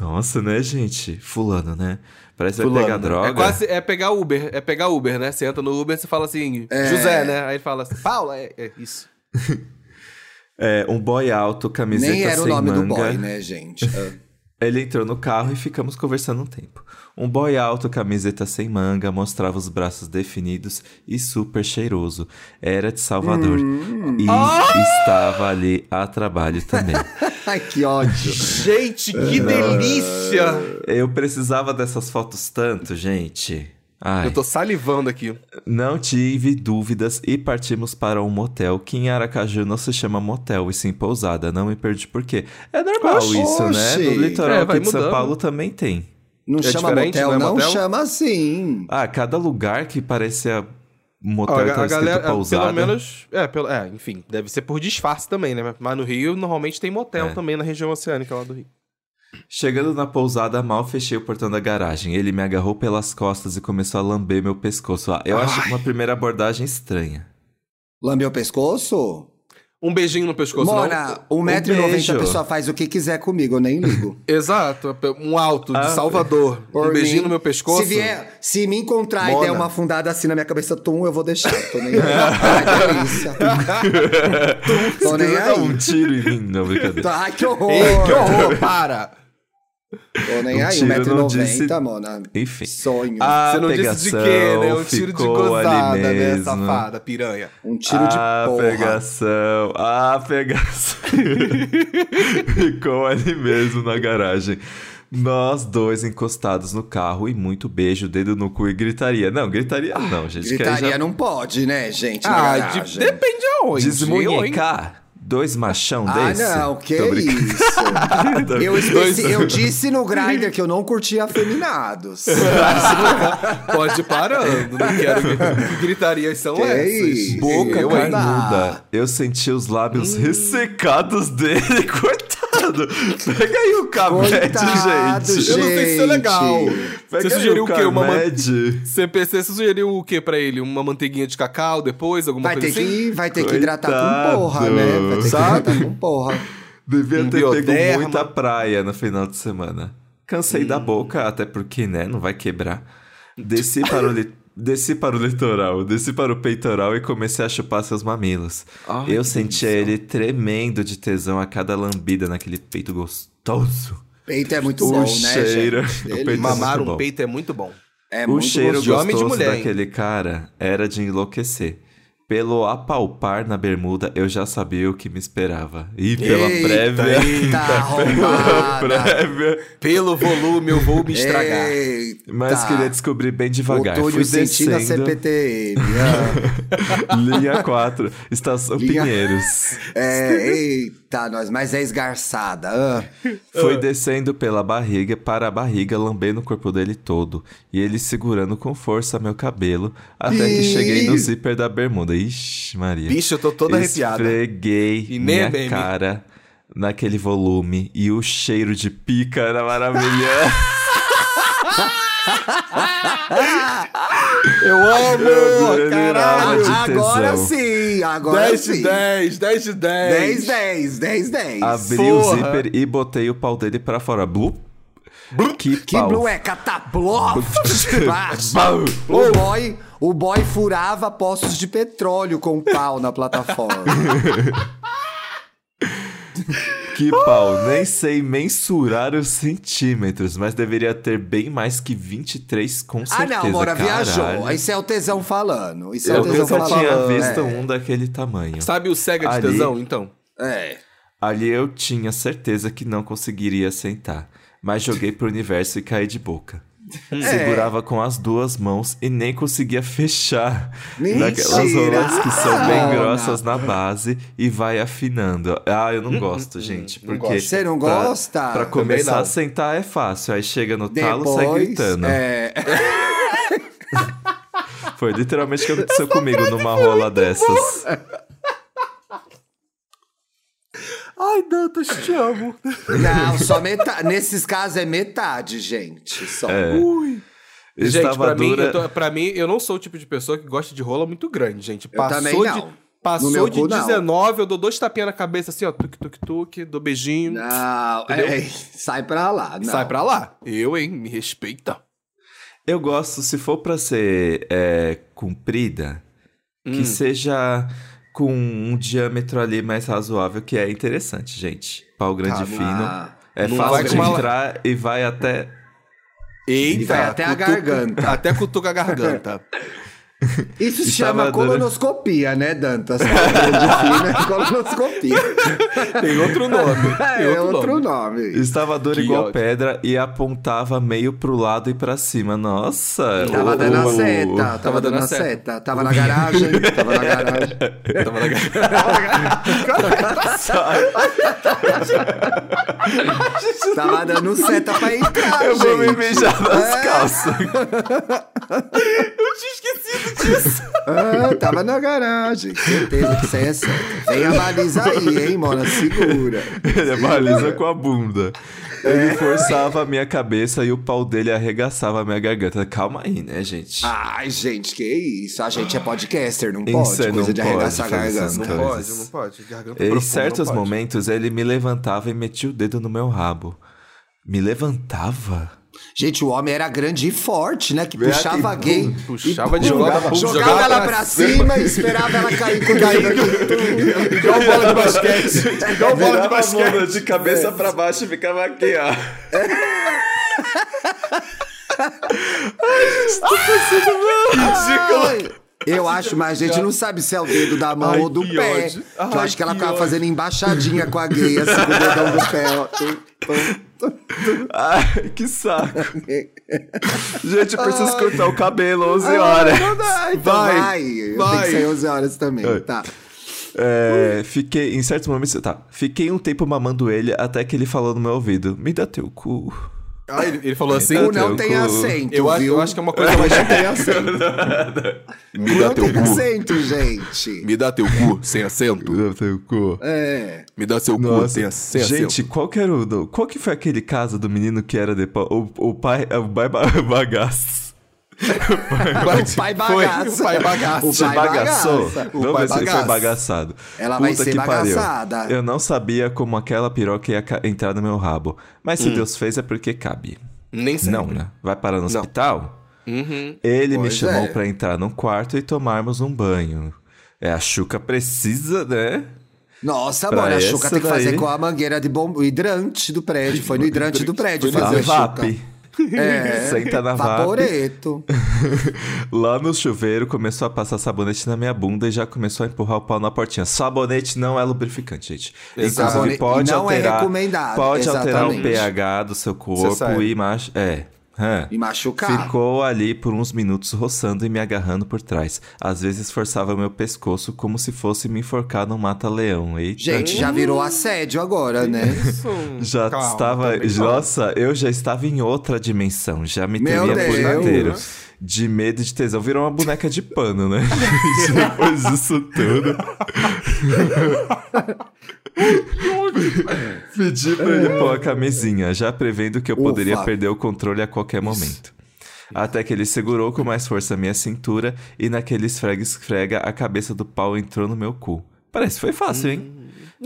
Speaker 2: Nossa, né, gente? Fulano, né? Parece que vai pegar droga.
Speaker 3: É quase, é pegar Uber, é pegar Uber, né? Você entra no Uber e você fala assim,
Speaker 1: É.
Speaker 3: José, né? Aí ele fala assim, Paula, é, é isso.
Speaker 2: É, um boy alto, camiseta
Speaker 1: Nem era o
Speaker 2: sem
Speaker 1: nome
Speaker 2: manga.
Speaker 1: do boy, né, gente? É.
Speaker 2: Ele entrou no carro e ficamos conversando um tempo. Um boy alto, camiseta sem manga, mostrava os braços definidos e super cheiroso. Era de Salvador.
Speaker 1: Hum.
Speaker 2: E
Speaker 1: Ah!
Speaker 2: estava ali a trabalho também.
Speaker 1: Ai, que ódio.
Speaker 3: Gente, que delícia!
Speaker 2: Eu precisava dessas fotos tanto, gente. Ai,
Speaker 3: Eu tô salivando aqui.
Speaker 2: Não tive dúvidas e partimos para um motel que em Aracaju não se chama motel e sim pousada. Não me perdi por quê. É normal
Speaker 1: Oxi.
Speaker 2: isso, né? No litoral
Speaker 3: É,
Speaker 2: aqui
Speaker 3: vai
Speaker 2: de São
Speaker 3: mudando.
Speaker 2: Paulo também tem.
Speaker 1: Não
Speaker 3: É
Speaker 1: chama
Speaker 3: diferente,
Speaker 1: motel,
Speaker 3: não
Speaker 1: não,
Speaker 3: é motel?
Speaker 1: chama assim.
Speaker 2: Ah, cada lugar que parecia motel
Speaker 3: Ó,
Speaker 2: e tava escrito pousada.
Speaker 3: é, pelo menos, é, pelo, é, enfim, deve ser por disfarce também, né? Mas no Rio normalmente tem motel
Speaker 2: É.
Speaker 3: também na região oceânica lá do Rio.
Speaker 2: Chegando na pousada, mal fechei o portão da garagem. Ele me agarrou pelas costas e começou a lamber meu pescoço. Ah, eu acho uma primeira abordagem estranha.
Speaker 1: Lambeu o pescoço?
Speaker 3: Um beijinho no pescoço, não?
Speaker 1: Mora, 1,90m
Speaker 2: beijo.
Speaker 1: a pessoa faz o que quiser comigo, eu nem ligo.
Speaker 3: Exato, um alto de
Speaker 2: Ah,
Speaker 3: Salvador.
Speaker 1: Por
Speaker 3: Um beijinho
Speaker 1: mim,
Speaker 3: no meu pescoço.
Speaker 1: Se, vier, se me encontrar e
Speaker 3: Mona.
Speaker 1: der uma afundada assim na minha cabeça, tum, eu vou deixar. Tô nem aí. Ai, delícia. Tum. Tô
Speaker 2: Você
Speaker 1: nem
Speaker 2: quiser dar um
Speaker 1: aí.
Speaker 2: tiro em mim? Não, brincadeira.
Speaker 3: Tá.
Speaker 1: Ai, que horror.
Speaker 3: Ei, que horror, para!
Speaker 1: Tô nem
Speaker 2: Um
Speaker 1: aí,
Speaker 2: tiro não
Speaker 1: 1,90m,
Speaker 2: disse-
Speaker 1: Mona.
Speaker 2: Enfim.
Speaker 1: Sonho.
Speaker 2: A
Speaker 3: Você não disse de quê, né? Um
Speaker 2: pegação
Speaker 3: tiro de
Speaker 2: ficou
Speaker 3: gozada,
Speaker 2: ali
Speaker 3: né,
Speaker 2: mesmo.
Speaker 3: safada, piranha.
Speaker 1: Um tiro de
Speaker 2: a
Speaker 1: porra.
Speaker 2: pegação, a pegação. Ficou ali mesmo na garagem. Nós dois encostados no carro e muito beijo, dedo no cu e gritaria. Não, gritaria não, gente. que aí
Speaker 1: Ah, Gritaria
Speaker 2: já...
Speaker 1: não pode, né, gente? na
Speaker 3: Ah, de-
Speaker 1: garagem.
Speaker 3: depende aonde. eu, hein?
Speaker 2: Desmunhecar. Dois machão
Speaker 1: Ah,
Speaker 2: desse.
Speaker 1: não, que
Speaker 2: Tô brincando.
Speaker 1: isso.
Speaker 2: Tô
Speaker 1: eu,
Speaker 2: brincando.
Speaker 1: esqueci- eu disse no Grindr que eu não curtia afeminados.
Speaker 3: Pode ir parando, não quero ver. Gritarias são
Speaker 1: Que
Speaker 3: essas.
Speaker 1: isso?
Speaker 2: Boca
Speaker 3: eu, hein?
Speaker 1: ainda. Hum.
Speaker 2: carnuda. Eu senti os lábios ressecados dele. Coitado. Coitado. Pega aí o Camed,
Speaker 1: Coitado,
Speaker 2: gente.
Speaker 3: Eu não sei se isso é legal.
Speaker 2: Pega
Speaker 3: Você sugeriu o quê? Uma man-
Speaker 2: Camed.
Speaker 3: CPC, você sugeriu o quê pra ele? Uma manteiguinha de cacau depois? Alguma
Speaker 1: Vai
Speaker 3: coisa
Speaker 1: ter,
Speaker 3: assim?
Speaker 1: que, vai ter que
Speaker 2: Coitado.
Speaker 1: hidratar com porra, né? Vai ter
Speaker 2: Sabe?
Speaker 1: que hidratar com porra.
Speaker 2: Devia
Speaker 3: Um
Speaker 2: ter pego
Speaker 3: bioderma.
Speaker 2: muita praia no final de semana. Cansei
Speaker 3: Hum.
Speaker 2: da boca, até porque, né, não vai quebrar. Desci para o, li- desci para o litoral, desci para o peitoral e comecei a chupar seus mamilos.
Speaker 3: Ai,
Speaker 2: Eu
Speaker 3: que
Speaker 2: sentia ele tremendo de tesão a cada lambida naquele peito gostoso.
Speaker 1: Peito é muito
Speaker 2: o
Speaker 1: bom,
Speaker 2: cheiro.
Speaker 1: né, gente?
Speaker 2: o
Speaker 1: Ele-
Speaker 2: peito é
Speaker 3: Mamar
Speaker 2: muito
Speaker 3: um
Speaker 2: bom.
Speaker 3: peito é muito bom.
Speaker 1: É
Speaker 2: o
Speaker 1: muito
Speaker 2: cheiro
Speaker 3: gostoso de homem e de
Speaker 2: gostoso
Speaker 3: mulher, hein?
Speaker 2: daquele cara era de enlouquecer. Pelo apalpar na bermuda, eu já sabia o que me esperava. E pela
Speaker 1: Eita,
Speaker 2: prévia.
Speaker 1: eita,
Speaker 2: pela
Speaker 1: arrombada.
Speaker 2: prévia.
Speaker 3: Pelo volume, eu vou
Speaker 1: É,
Speaker 3: me estragar.
Speaker 1: Eita.
Speaker 2: Mas queria descobrir bem devagar. Fui
Speaker 1: Otúlio sentindo a
Speaker 2: descendo,
Speaker 1: CPTM. ah.
Speaker 2: linha 4, estação
Speaker 1: Linha-
Speaker 2: Pinheiros.
Speaker 1: É, eita, nós, mas é esgarçada. ah.
Speaker 2: Fui descendo pela barriga para a barriga, lambendo o corpo dele todo. E ele segurando com força meu cabelo, até que
Speaker 1: Ih.
Speaker 2: cheguei no zíper da bermuda. Ixi, Maria.
Speaker 3: Bicho, eu tô toda arrepiada.
Speaker 2: Esfreguei
Speaker 3: E nem
Speaker 2: minha
Speaker 3: é meme.
Speaker 2: cara naquele volume. E o cheiro de pica era maravilhoso.
Speaker 3: Eu amo!
Speaker 2: adorei,
Speaker 3: Caralho!
Speaker 2: é de tesão.
Speaker 1: agora sim, agora
Speaker 3: 10 de
Speaker 1: sim.
Speaker 3: 10, 10 de 10.
Speaker 1: 10, 10, 10, 10.
Speaker 2: Abri o
Speaker 3: Porra.
Speaker 2: zíper e botei o pau dele pra fora. Blup. Que,
Speaker 1: Que
Speaker 2: pau.
Speaker 1: blue é catablof.
Speaker 2: Bau.
Speaker 1: o boy, o boy furava poços de petróleo com pau na plataforma.
Speaker 2: Que pau, nem sei mensurar os centímetros, mas deveria ter bem mais que 23 com
Speaker 1: ah,
Speaker 2: certeza.
Speaker 1: não, Mora,
Speaker 2: caralho.
Speaker 1: viajou. Isso é o tesão falando. Isso é o
Speaker 2: Eu
Speaker 1: tesão
Speaker 2: nunca
Speaker 1: falando.
Speaker 2: tinha
Speaker 3: falando,
Speaker 2: visto
Speaker 1: É,
Speaker 2: um daquele tamanho.
Speaker 3: Sabe o cega de
Speaker 2: Ali.
Speaker 3: tesão, então?
Speaker 1: É.
Speaker 2: Ali eu tinha certeza que não conseguiria sentar, mas joguei pro universo e caí de boca.
Speaker 1: Hum.
Speaker 2: Segurava
Speaker 1: É.
Speaker 2: com as duas mãos e nem conseguia fechar.
Speaker 1: Mentira!
Speaker 2: Daquelas rolas que são bem
Speaker 1: Não,
Speaker 2: grossas na base e vai afinando. Ah, eu não gosto, gente.
Speaker 3: não
Speaker 2: Porque
Speaker 1: gosto. Você Hum, não
Speaker 2: pra-
Speaker 1: gosta? Ah,
Speaker 2: Pra
Speaker 1: Também
Speaker 2: começar a
Speaker 3: não.
Speaker 2: sentar é fácil. Aí chega no talo, sai
Speaker 1: Depois,
Speaker 2: gritando.
Speaker 1: é,
Speaker 2: Foi literalmente o que aconteceu comigo numa rola dessas.
Speaker 3: Ai, Dantas, te amo.
Speaker 1: Não, só metade. Nesses casos é metade, gente. Só.
Speaker 2: É.
Speaker 3: Ui. É. Gente,
Speaker 2: Estava
Speaker 3: pra mim,
Speaker 2: dura-
Speaker 3: eu tô- pra mim, eu não sou o tipo de pessoa que gosta de rola muito grande, gente.
Speaker 1: Eu também
Speaker 3: Passou de,
Speaker 1: não. No meu
Speaker 3: passou
Speaker 1: cu,
Speaker 3: de
Speaker 1: não.
Speaker 3: 19, eu dou dois tapinhas na cabeça assim, ó, tuk-tuk-tuk, dou beijinho,
Speaker 1: Não, é, sai pra lá. Não.
Speaker 3: sai pra lá. Eu, hein, me respeita.
Speaker 2: Eu gosto, se for pra ser é, comprida, que
Speaker 3: Hum.
Speaker 2: seja com um diâmetro ali mais razoável, que é interessante, gente. Pau grande
Speaker 3: Tá,
Speaker 2: e fino.
Speaker 1: Ah,
Speaker 2: É
Speaker 3: não
Speaker 2: fácil
Speaker 3: vai
Speaker 2: de
Speaker 3: com uma-
Speaker 2: entrar e vai até.
Speaker 1: E vai
Speaker 3: Eita,
Speaker 1: até a
Speaker 3: cutuca-
Speaker 1: garganta.
Speaker 3: Até cutuca a garganta.
Speaker 1: Isso se
Speaker 2: Estava
Speaker 1: chama
Speaker 2: dando-
Speaker 1: colonoscopia, né, Dantas? Pau grande e fino é colonoscopia.
Speaker 3: Tem outro nome. Tem
Speaker 1: É outro nome.
Speaker 2: Estava dor
Speaker 3: Que
Speaker 2: igual
Speaker 3: ódio.
Speaker 2: pedra e apontava meio pro lado e pra cima. Nossa!
Speaker 1: Tava
Speaker 2: o-
Speaker 1: dando a
Speaker 2: o-
Speaker 1: seta, tava,
Speaker 3: Tava
Speaker 1: dando
Speaker 3: dando
Speaker 1: a
Speaker 3: seta.
Speaker 1: seta. Tava na garagem, tava na garagem.
Speaker 3: Tava na garganta.
Speaker 1: Tava dando seta pra entrar,
Speaker 2: Eu vou me
Speaker 1: gente. É,
Speaker 2: beijar nas
Speaker 3: É.
Speaker 2: calças.
Speaker 1: Ah, tava na garagem. Certeza que isso aí é seta. Vem a baliza aí, hein, Mona? Segura.
Speaker 2: Ele baliza com a bunda.
Speaker 3: É.
Speaker 2: Ele forçava a minha cabeça e o pau dele arregaçava a minha garganta. Calma aí, né, gente?
Speaker 1: Ai, gente, que isso. A gente é podcaster, não pode.
Speaker 2: Isso,
Speaker 1: Coisa
Speaker 2: não
Speaker 1: de arregaçar a
Speaker 2: pode fazer essas
Speaker 1: garganta.
Speaker 3: Não pode,
Speaker 2: coisas.
Speaker 3: não pode. Garganta
Speaker 2: Em
Speaker 3: profunda,
Speaker 2: certos
Speaker 3: não pode.
Speaker 2: momentos, ele me levantava e metia o dedo no meu rabo. Me levantava?
Speaker 1: Gente, o homem era grande e forte, né? Que puxava gay.
Speaker 3: Puxava de
Speaker 2: Jogava-
Speaker 3: volta,
Speaker 1: Jogava,
Speaker 3: jogava
Speaker 1: ela pra cima e esperava ela cair com o dedo.
Speaker 3: Igual bola de basquete. Igual bola de basquete.
Speaker 2: de cabeça pra baixo e ficava aqui, ó.
Speaker 1: Ai, Eu acho, mas a gente não sabe se é o dedo da mão
Speaker 2: Ai,
Speaker 1: ou do
Speaker 2: que
Speaker 1: pé.
Speaker 2: ódio.
Speaker 1: Que eu
Speaker 2: Ai,
Speaker 1: acho que ela
Speaker 2: que
Speaker 1: ficava
Speaker 2: ódio.
Speaker 1: fazendo embaixadinha com a gay, assim, com o dedão do pé. ó. Tum, tum.
Speaker 2: Ai, que saco. Gente, eu preciso cortar o cabelo 11 horas.
Speaker 1: Não dá, então vai,
Speaker 3: Vai,
Speaker 1: Eu
Speaker 3: vai.
Speaker 1: tenho que sair 11 horas também,
Speaker 2: Ai.
Speaker 1: tá.
Speaker 2: É, fiquei, em certos momentos, tá. Fiquei um tempo mamando ele até que ele falou no meu ouvido: Me dá teu cu.
Speaker 3: Ah, ele, ele falou assim.
Speaker 2: Tá
Speaker 1: Cu
Speaker 2: teu
Speaker 1: não tem
Speaker 2: cu.
Speaker 1: acento,
Speaker 3: Eu acho,
Speaker 1: viu?
Speaker 3: eu acho que é uma coisa mais.
Speaker 1: não tem acento.
Speaker 3: Me
Speaker 1: Não
Speaker 3: dá teu
Speaker 1: tem
Speaker 3: cu.
Speaker 1: acento, gente.
Speaker 3: Me dá teu cu sem acento.
Speaker 1: É.
Speaker 3: Me dá seu cu sem,
Speaker 2: Nossa,
Speaker 3: sem acento.
Speaker 2: gente, qual que era o. do- Qual que foi aquele caso do menino que era depois. O, o pai. O bai- ba- bagaço.
Speaker 1: O pai bagaça.
Speaker 3: Foi, o pai bagaça.
Speaker 1: O pai
Speaker 2: bagaçou.
Speaker 1: bagaça.
Speaker 2: Vamos ver se ele foi
Speaker 1: bagaça.
Speaker 2: bagaçado.
Speaker 1: Ela vai ser
Speaker 2: que pariu.
Speaker 1: bagaçada.
Speaker 2: Eu não sabia como aquela piroca ia ca- entrar no meu rabo. Mas
Speaker 1: Hum.
Speaker 2: se Deus fez é porque cabe.
Speaker 3: Nem sei.
Speaker 2: Não, né? Vai parar no
Speaker 3: Não.
Speaker 2: hospital?
Speaker 3: Uhum.
Speaker 2: Ele me
Speaker 1: Pois
Speaker 2: chamou
Speaker 1: é.
Speaker 2: pra entrar num quarto e tomarmos um banho. É, a Xuca precisa, né?
Speaker 1: Nossa,
Speaker 2: Pra
Speaker 1: mano, a Xuca
Speaker 2: essa
Speaker 1: tem que fazer
Speaker 2: daí-
Speaker 1: com a mangueira de bom... o hidrante do prédio. Foi no hidrante do prédio
Speaker 2: Foi na
Speaker 1: fazer a Xuca. É.
Speaker 2: VAP. Senta na VAP.
Speaker 1: Vaporeto.
Speaker 2: Lá no chuveiro começou a passar sabonete na minha bunda e já começou a empurrar o pau na portinha. Sabonete não é lubrificante, gente.
Speaker 3: Exato.
Speaker 2: Inclusive,
Speaker 1: Sabonete
Speaker 2: pode
Speaker 1: não é
Speaker 2: alterar.
Speaker 1: recomendado,
Speaker 2: Pode alterar o
Speaker 1: exatamente.
Speaker 2: pH do seu
Speaker 3: Você
Speaker 2: corpo
Speaker 3: sabe.
Speaker 2: e macho. É. Hã.
Speaker 1: E machucar.
Speaker 2: Ficou ali por uns minutos roçando e me agarrando por trás. Às vezes forçava meu pescoço como se fosse me enforcar num mata-leão. Eita.
Speaker 1: Gente, já virou assédio agora, né?
Speaker 3: Isso.
Speaker 2: Já
Speaker 3: Calma,
Speaker 2: estava.
Speaker 3: também não.
Speaker 2: Nossa, eu já estava em outra dimensão. Já me
Speaker 1: Meu
Speaker 2: teria por
Speaker 1: Deus.
Speaker 2: inteiro. De medo e de tesão. Virou uma boneca de pano, né? Gente, Depois disso tudo. Pedi pra ele pôr a camisinha, já prevendo que eu
Speaker 1: Ufa.
Speaker 2: poderia perder o controle a qualquer momento. Até que ele segurou com mais força a minha cintura e naquele esfrega-esfrega a cabeça do pau entrou no meu cu. Parece que foi fácil, hein?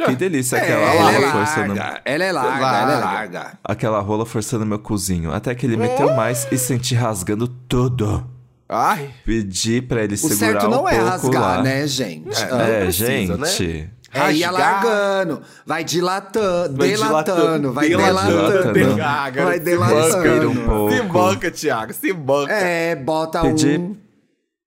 Speaker 2: Que delícia
Speaker 1: É,
Speaker 2: aquela né?
Speaker 1: ela, é
Speaker 2: aula
Speaker 1: larga,
Speaker 2: forçando
Speaker 1: ela é larga, ela é larga.
Speaker 2: aquela rola forçando meu cozinho, até que ele meteu
Speaker 1: Hum.
Speaker 2: mais e senti rasgando tudo.
Speaker 3: Ai.
Speaker 2: Pedi pra ele
Speaker 1: O
Speaker 2: segurar
Speaker 1: certo
Speaker 2: um
Speaker 1: não
Speaker 2: pouco
Speaker 1: é rasgar,
Speaker 2: lá.
Speaker 1: né, gente?
Speaker 3: É,
Speaker 1: Ah.
Speaker 2: É,
Speaker 3: precisa, né?
Speaker 2: gente.
Speaker 1: É ir
Speaker 3: Rasgar.
Speaker 1: alargando, vai dilatando,
Speaker 3: Vai
Speaker 1: delatando, vai delatando.
Speaker 2: delatando.
Speaker 3: Ah, garoto,
Speaker 1: Vai
Speaker 3: se
Speaker 2: Respira um
Speaker 1: delatando.
Speaker 2: pouco.
Speaker 3: Se banca, Thiago, se banca.
Speaker 1: É, bota
Speaker 2: Pedi-
Speaker 1: um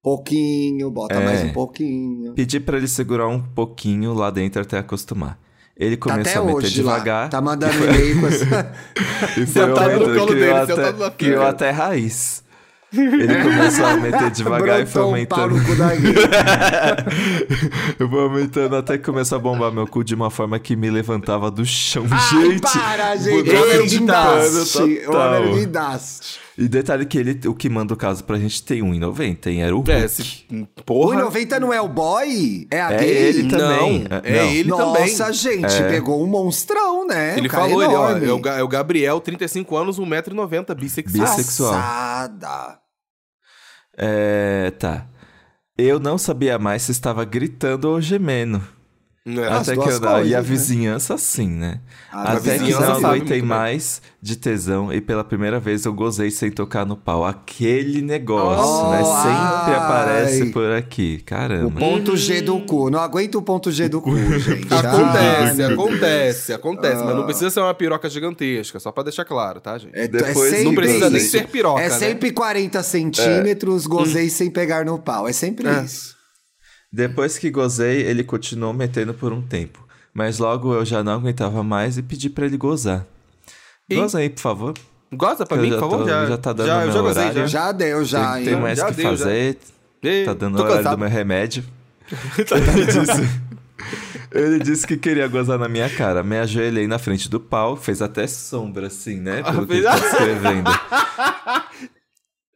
Speaker 1: pouquinho, bota
Speaker 2: É.
Speaker 1: mais um pouquinho.
Speaker 2: Pedi pra ele segurar um pouquinho lá dentro até acostumar. Ele
Speaker 1: Tá
Speaker 2: começou
Speaker 1: até
Speaker 2: a meter
Speaker 1: hoje
Speaker 2: devagar.
Speaker 1: lá. Tá mandando e-mail com essa...
Speaker 2: E foi
Speaker 3: Sentado no
Speaker 2: o momento
Speaker 3: colo
Speaker 2: que eu
Speaker 3: dele,
Speaker 2: até,
Speaker 3: sentado na
Speaker 2: que eu
Speaker 3: cama.
Speaker 2: até raiz. Ele começou a meter devagar e foi
Speaker 1: Brotou um pau
Speaker 2: aumentando.
Speaker 1: no cu da guia.
Speaker 2: Eu vou aumentando até que começou a bombar meu cu de uma forma que me levantava do chão.
Speaker 1: Ai,
Speaker 2: gente,
Speaker 1: para, gente.
Speaker 2: boneca
Speaker 1: Homem
Speaker 2: de
Speaker 1: de
Speaker 2: pano
Speaker 1: Dast.
Speaker 2: total.
Speaker 1: Homem de Dast.
Speaker 2: E detalhe que ele, o que manda o caso pra gente tem 1,90, hein? Era o Hulk.
Speaker 3: É, se- porra.
Speaker 1: 1,90 não é o boy? É a
Speaker 2: É
Speaker 1: gay?
Speaker 2: ele
Speaker 3: Não,
Speaker 2: também.
Speaker 3: é
Speaker 2: não.
Speaker 3: ele
Speaker 1: Nossa,
Speaker 3: também.
Speaker 1: gente, pegou um monstrão, né?
Speaker 3: Ele
Speaker 1: Um cara
Speaker 3: falou, ele, ó,
Speaker 1: enorme.
Speaker 3: é o, Ga- é o Gabriel, 35 anos, 1,90m, bissexual.
Speaker 2: Bisse- bissexual.
Speaker 1: Passada.
Speaker 2: É, tá. Eu não sabia mais se estava gritando ou gemendo.
Speaker 3: Né?
Speaker 1: Ah, As
Speaker 2: Até que
Speaker 1: duas
Speaker 2: eu, não- e a
Speaker 1: coisas, né?
Speaker 2: vizinhança sim, né?
Speaker 1: A
Speaker 2: Até que
Speaker 3: vizinhança
Speaker 2: não
Speaker 3: sabe
Speaker 2: aguentei
Speaker 3: muito bem.
Speaker 2: mais de tesão e pela primeira vez eu gozei sem tocar no pau. Aquele negócio,
Speaker 1: Oh,
Speaker 2: né? Sempre
Speaker 1: ai.
Speaker 2: aparece por aqui. Caramba.
Speaker 1: Ponto G do cu. Não aguento o ponto G do cu, gente.
Speaker 3: Acontece,
Speaker 1: Ah,
Speaker 3: acontece, acontece. Mas
Speaker 1: Ah.
Speaker 3: não precisa ser uma piroca gigantesca, só pra deixar claro, tá, gente?
Speaker 1: É,
Speaker 2: Depois
Speaker 1: sempre
Speaker 3: não precisa nem
Speaker 1: isso.
Speaker 3: ser piroca,
Speaker 1: É
Speaker 3: né?
Speaker 1: sempre 40 centímetros, gozei sem pegar no pau. É sempre
Speaker 3: É.
Speaker 1: isso.
Speaker 2: Depois que gozei, ele continuou metendo por um tempo. Mas logo eu já não aguentava mais e pedi pra ele gozar.
Speaker 3: E-
Speaker 2: Goza aí, por favor.
Speaker 3: Goza pra
Speaker 2: Eu
Speaker 3: mim,
Speaker 2: já
Speaker 3: por favor?
Speaker 2: tô-
Speaker 3: já,
Speaker 2: já tá dando
Speaker 3: já, eu
Speaker 2: meu
Speaker 3: já gozei,
Speaker 2: horário.
Speaker 3: já.
Speaker 1: Já deu, já.
Speaker 2: Tem-
Speaker 1: hein?
Speaker 2: tem mais
Speaker 3: Tá, já
Speaker 2: que
Speaker 3: deu, já.
Speaker 2: fazer.
Speaker 3: Ei,
Speaker 2: Tá dando o
Speaker 3: tô
Speaker 2: horário
Speaker 3: cansado. Tá
Speaker 2: do meu remédio. ele, disse, ele disse que queria gozar na minha cara. Me ajoelhei na frente do pau, fez até sombra, assim, né?
Speaker 3: Ah,
Speaker 2: Pelo que ele tá descrevendo.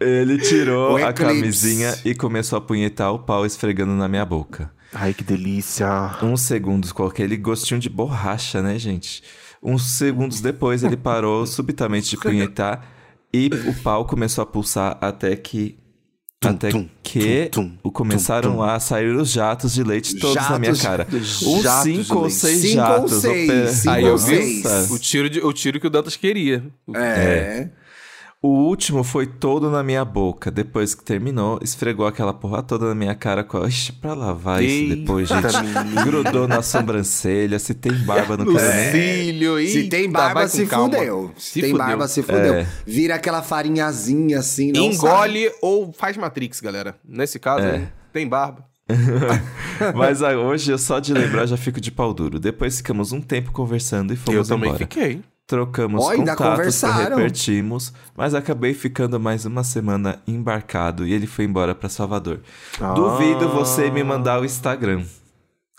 Speaker 2: Ele tirou
Speaker 1: O
Speaker 2: a
Speaker 1: eclipse.
Speaker 2: camisinha e começou a punhetar o pau esfregando na minha boca.
Speaker 3: Ai, que delícia.
Speaker 2: Uns segundos com aquele gostinho de borracha, né, gente? Uns segundos depois ele parou subitamente de punhetar e o pau começou a pulsar até que. até
Speaker 3: tum,
Speaker 2: que
Speaker 3: tum, tum,
Speaker 2: o- começaram a sair os jatos de leite todos na minha
Speaker 1: Jatos de-
Speaker 2: cara. Uns
Speaker 3: jatos de
Speaker 2: cinco ou
Speaker 3: leite.
Speaker 2: seis
Speaker 1: Cinco ou
Speaker 2: jatos.
Speaker 1: seis,
Speaker 2: opa.
Speaker 1: cinco
Speaker 3: Aí eu vi
Speaker 2: Nossa.
Speaker 3: o tiro, de, o tiro que o Dantas queria.
Speaker 1: É.
Speaker 2: O último foi todo na minha boca. Depois que terminou, esfregou aquela porra toda na minha cara. Com... a- Ixi, pra lavar Ah, isso
Speaker 3: Eita,
Speaker 2: depois, gente.
Speaker 3: menina.
Speaker 2: Grudou na sobrancelha. Se tem barba, não
Speaker 3: No
Speaker 2: quero nem
Speaker 3: cílio,
Speaker 1: Se tem
Speaker 3: eita,
Speaker 1: barba,
Speaker 3: vai com
Speaker 1: se
Speaker 3: calma.
Speaker 1: fudeu. Se
Speaker 3: Se
Speaker 1: tem
Speaker 3: fudeu.
Speaker 1: barba, se fudeu.
Speaker 2: É.
Speaker 1: Vira aquela farinhazinha assim, não sabe.
Speaker 3: Engole ou faz Matrix, galera. Nesse caso,
Speaker 2: É.
Speaker 3: hein, tem barba.
Speaker 2: Mas ah, hoje eu só de lembrar já fico de pau duro. Depois ficamos um tempo conversando e
Speaker 3: eu
Speaker 2: fomos
Speaker 3: também
Speaker 2: embora.
Speaker 3: fiquei.
Speaker 2: Trocamos
Speaker 1: Ó, ainda
Speaker 2: contatos,
Speaker 1: conversaram.
Speaker 2: repertimos, mas acabei ficando mais uma semana embarcado e ele foi embora pra Salvador.
Speaker 3: Ah.
Speaker 2: Duvido você me mandar o Instagram.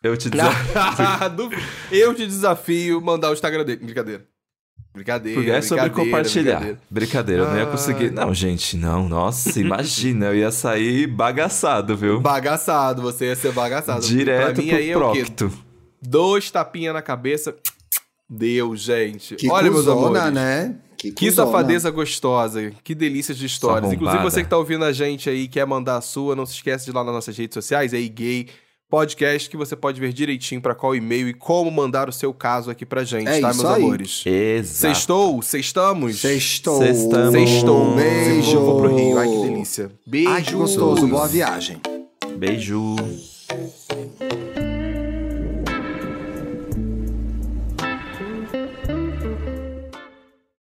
Speaker 2: Eu te desafio.
Speaker 3: Ah, Duvido. eu te desafio mandar o Instagram dele. Brincadeira. Brincadeira.
Speaker 2: Porque é sobre
Speaker 3: brincadeira, Ah.
Speaker 2: compartilhar. Brincadeira,
Speaker 3: brincadeira.
Speaker 2: eu não ia
Speaker 3: Ai.
Speaker 2: conseguir. Não, gente, não. Nossa, imagina, eu ia sair bagaçado, viu?
Speaker 3: Bagaçado, você ia ser bagaçado.
Speaker 2: Direto
Speaker 3: pra mim, aí é
Speaker 2: pro
Speaker 3: o quê?
Speaker 2: Procto.
Speaker 3: Dois tapinha na cabeça. Deu, gente.
Speaker 1: Que
Speaker 3: Olha, meus
Speaker 1: cuzona,
Speaker 3: amores.
Speaker 1: né?
Speaker 3: Que
Speaker 1: cuzona.
Speaker 3: safadeza gostosa, que delícias de histórias.
Speaker 2: Essa
Speaker 3: Inclusive,
Speaker 2: bombada.
Speaker 3: você que tá ouvindo a gente aí, quer mandar a sua, não se esquece de ir lá nas nossas redes sociais, aí gay podcast, que você pode ver direitinho pra qual e-mail e como mandar o seu caso aqui pra gente,
Speaker 1: É
Speaker 3: tá,
Speaker 1: isso
Speaker 3: meus
Speaker 1: aí.
Speaker 3: amores?
Speaker 2: Exato.
Speaker 3: Sextou? Sextamos?
Speaker 1: Sextou.
Speaker 2: Sextamos.
Speaker 3: Sextou.
Speaker 1: Beijo.
Speaker 3: Vou pro Rio. Ai, que delícia. Beijo.
Speaker 1: Ai, que gostoso. Boa viagem.
Speaker 2: Beijo.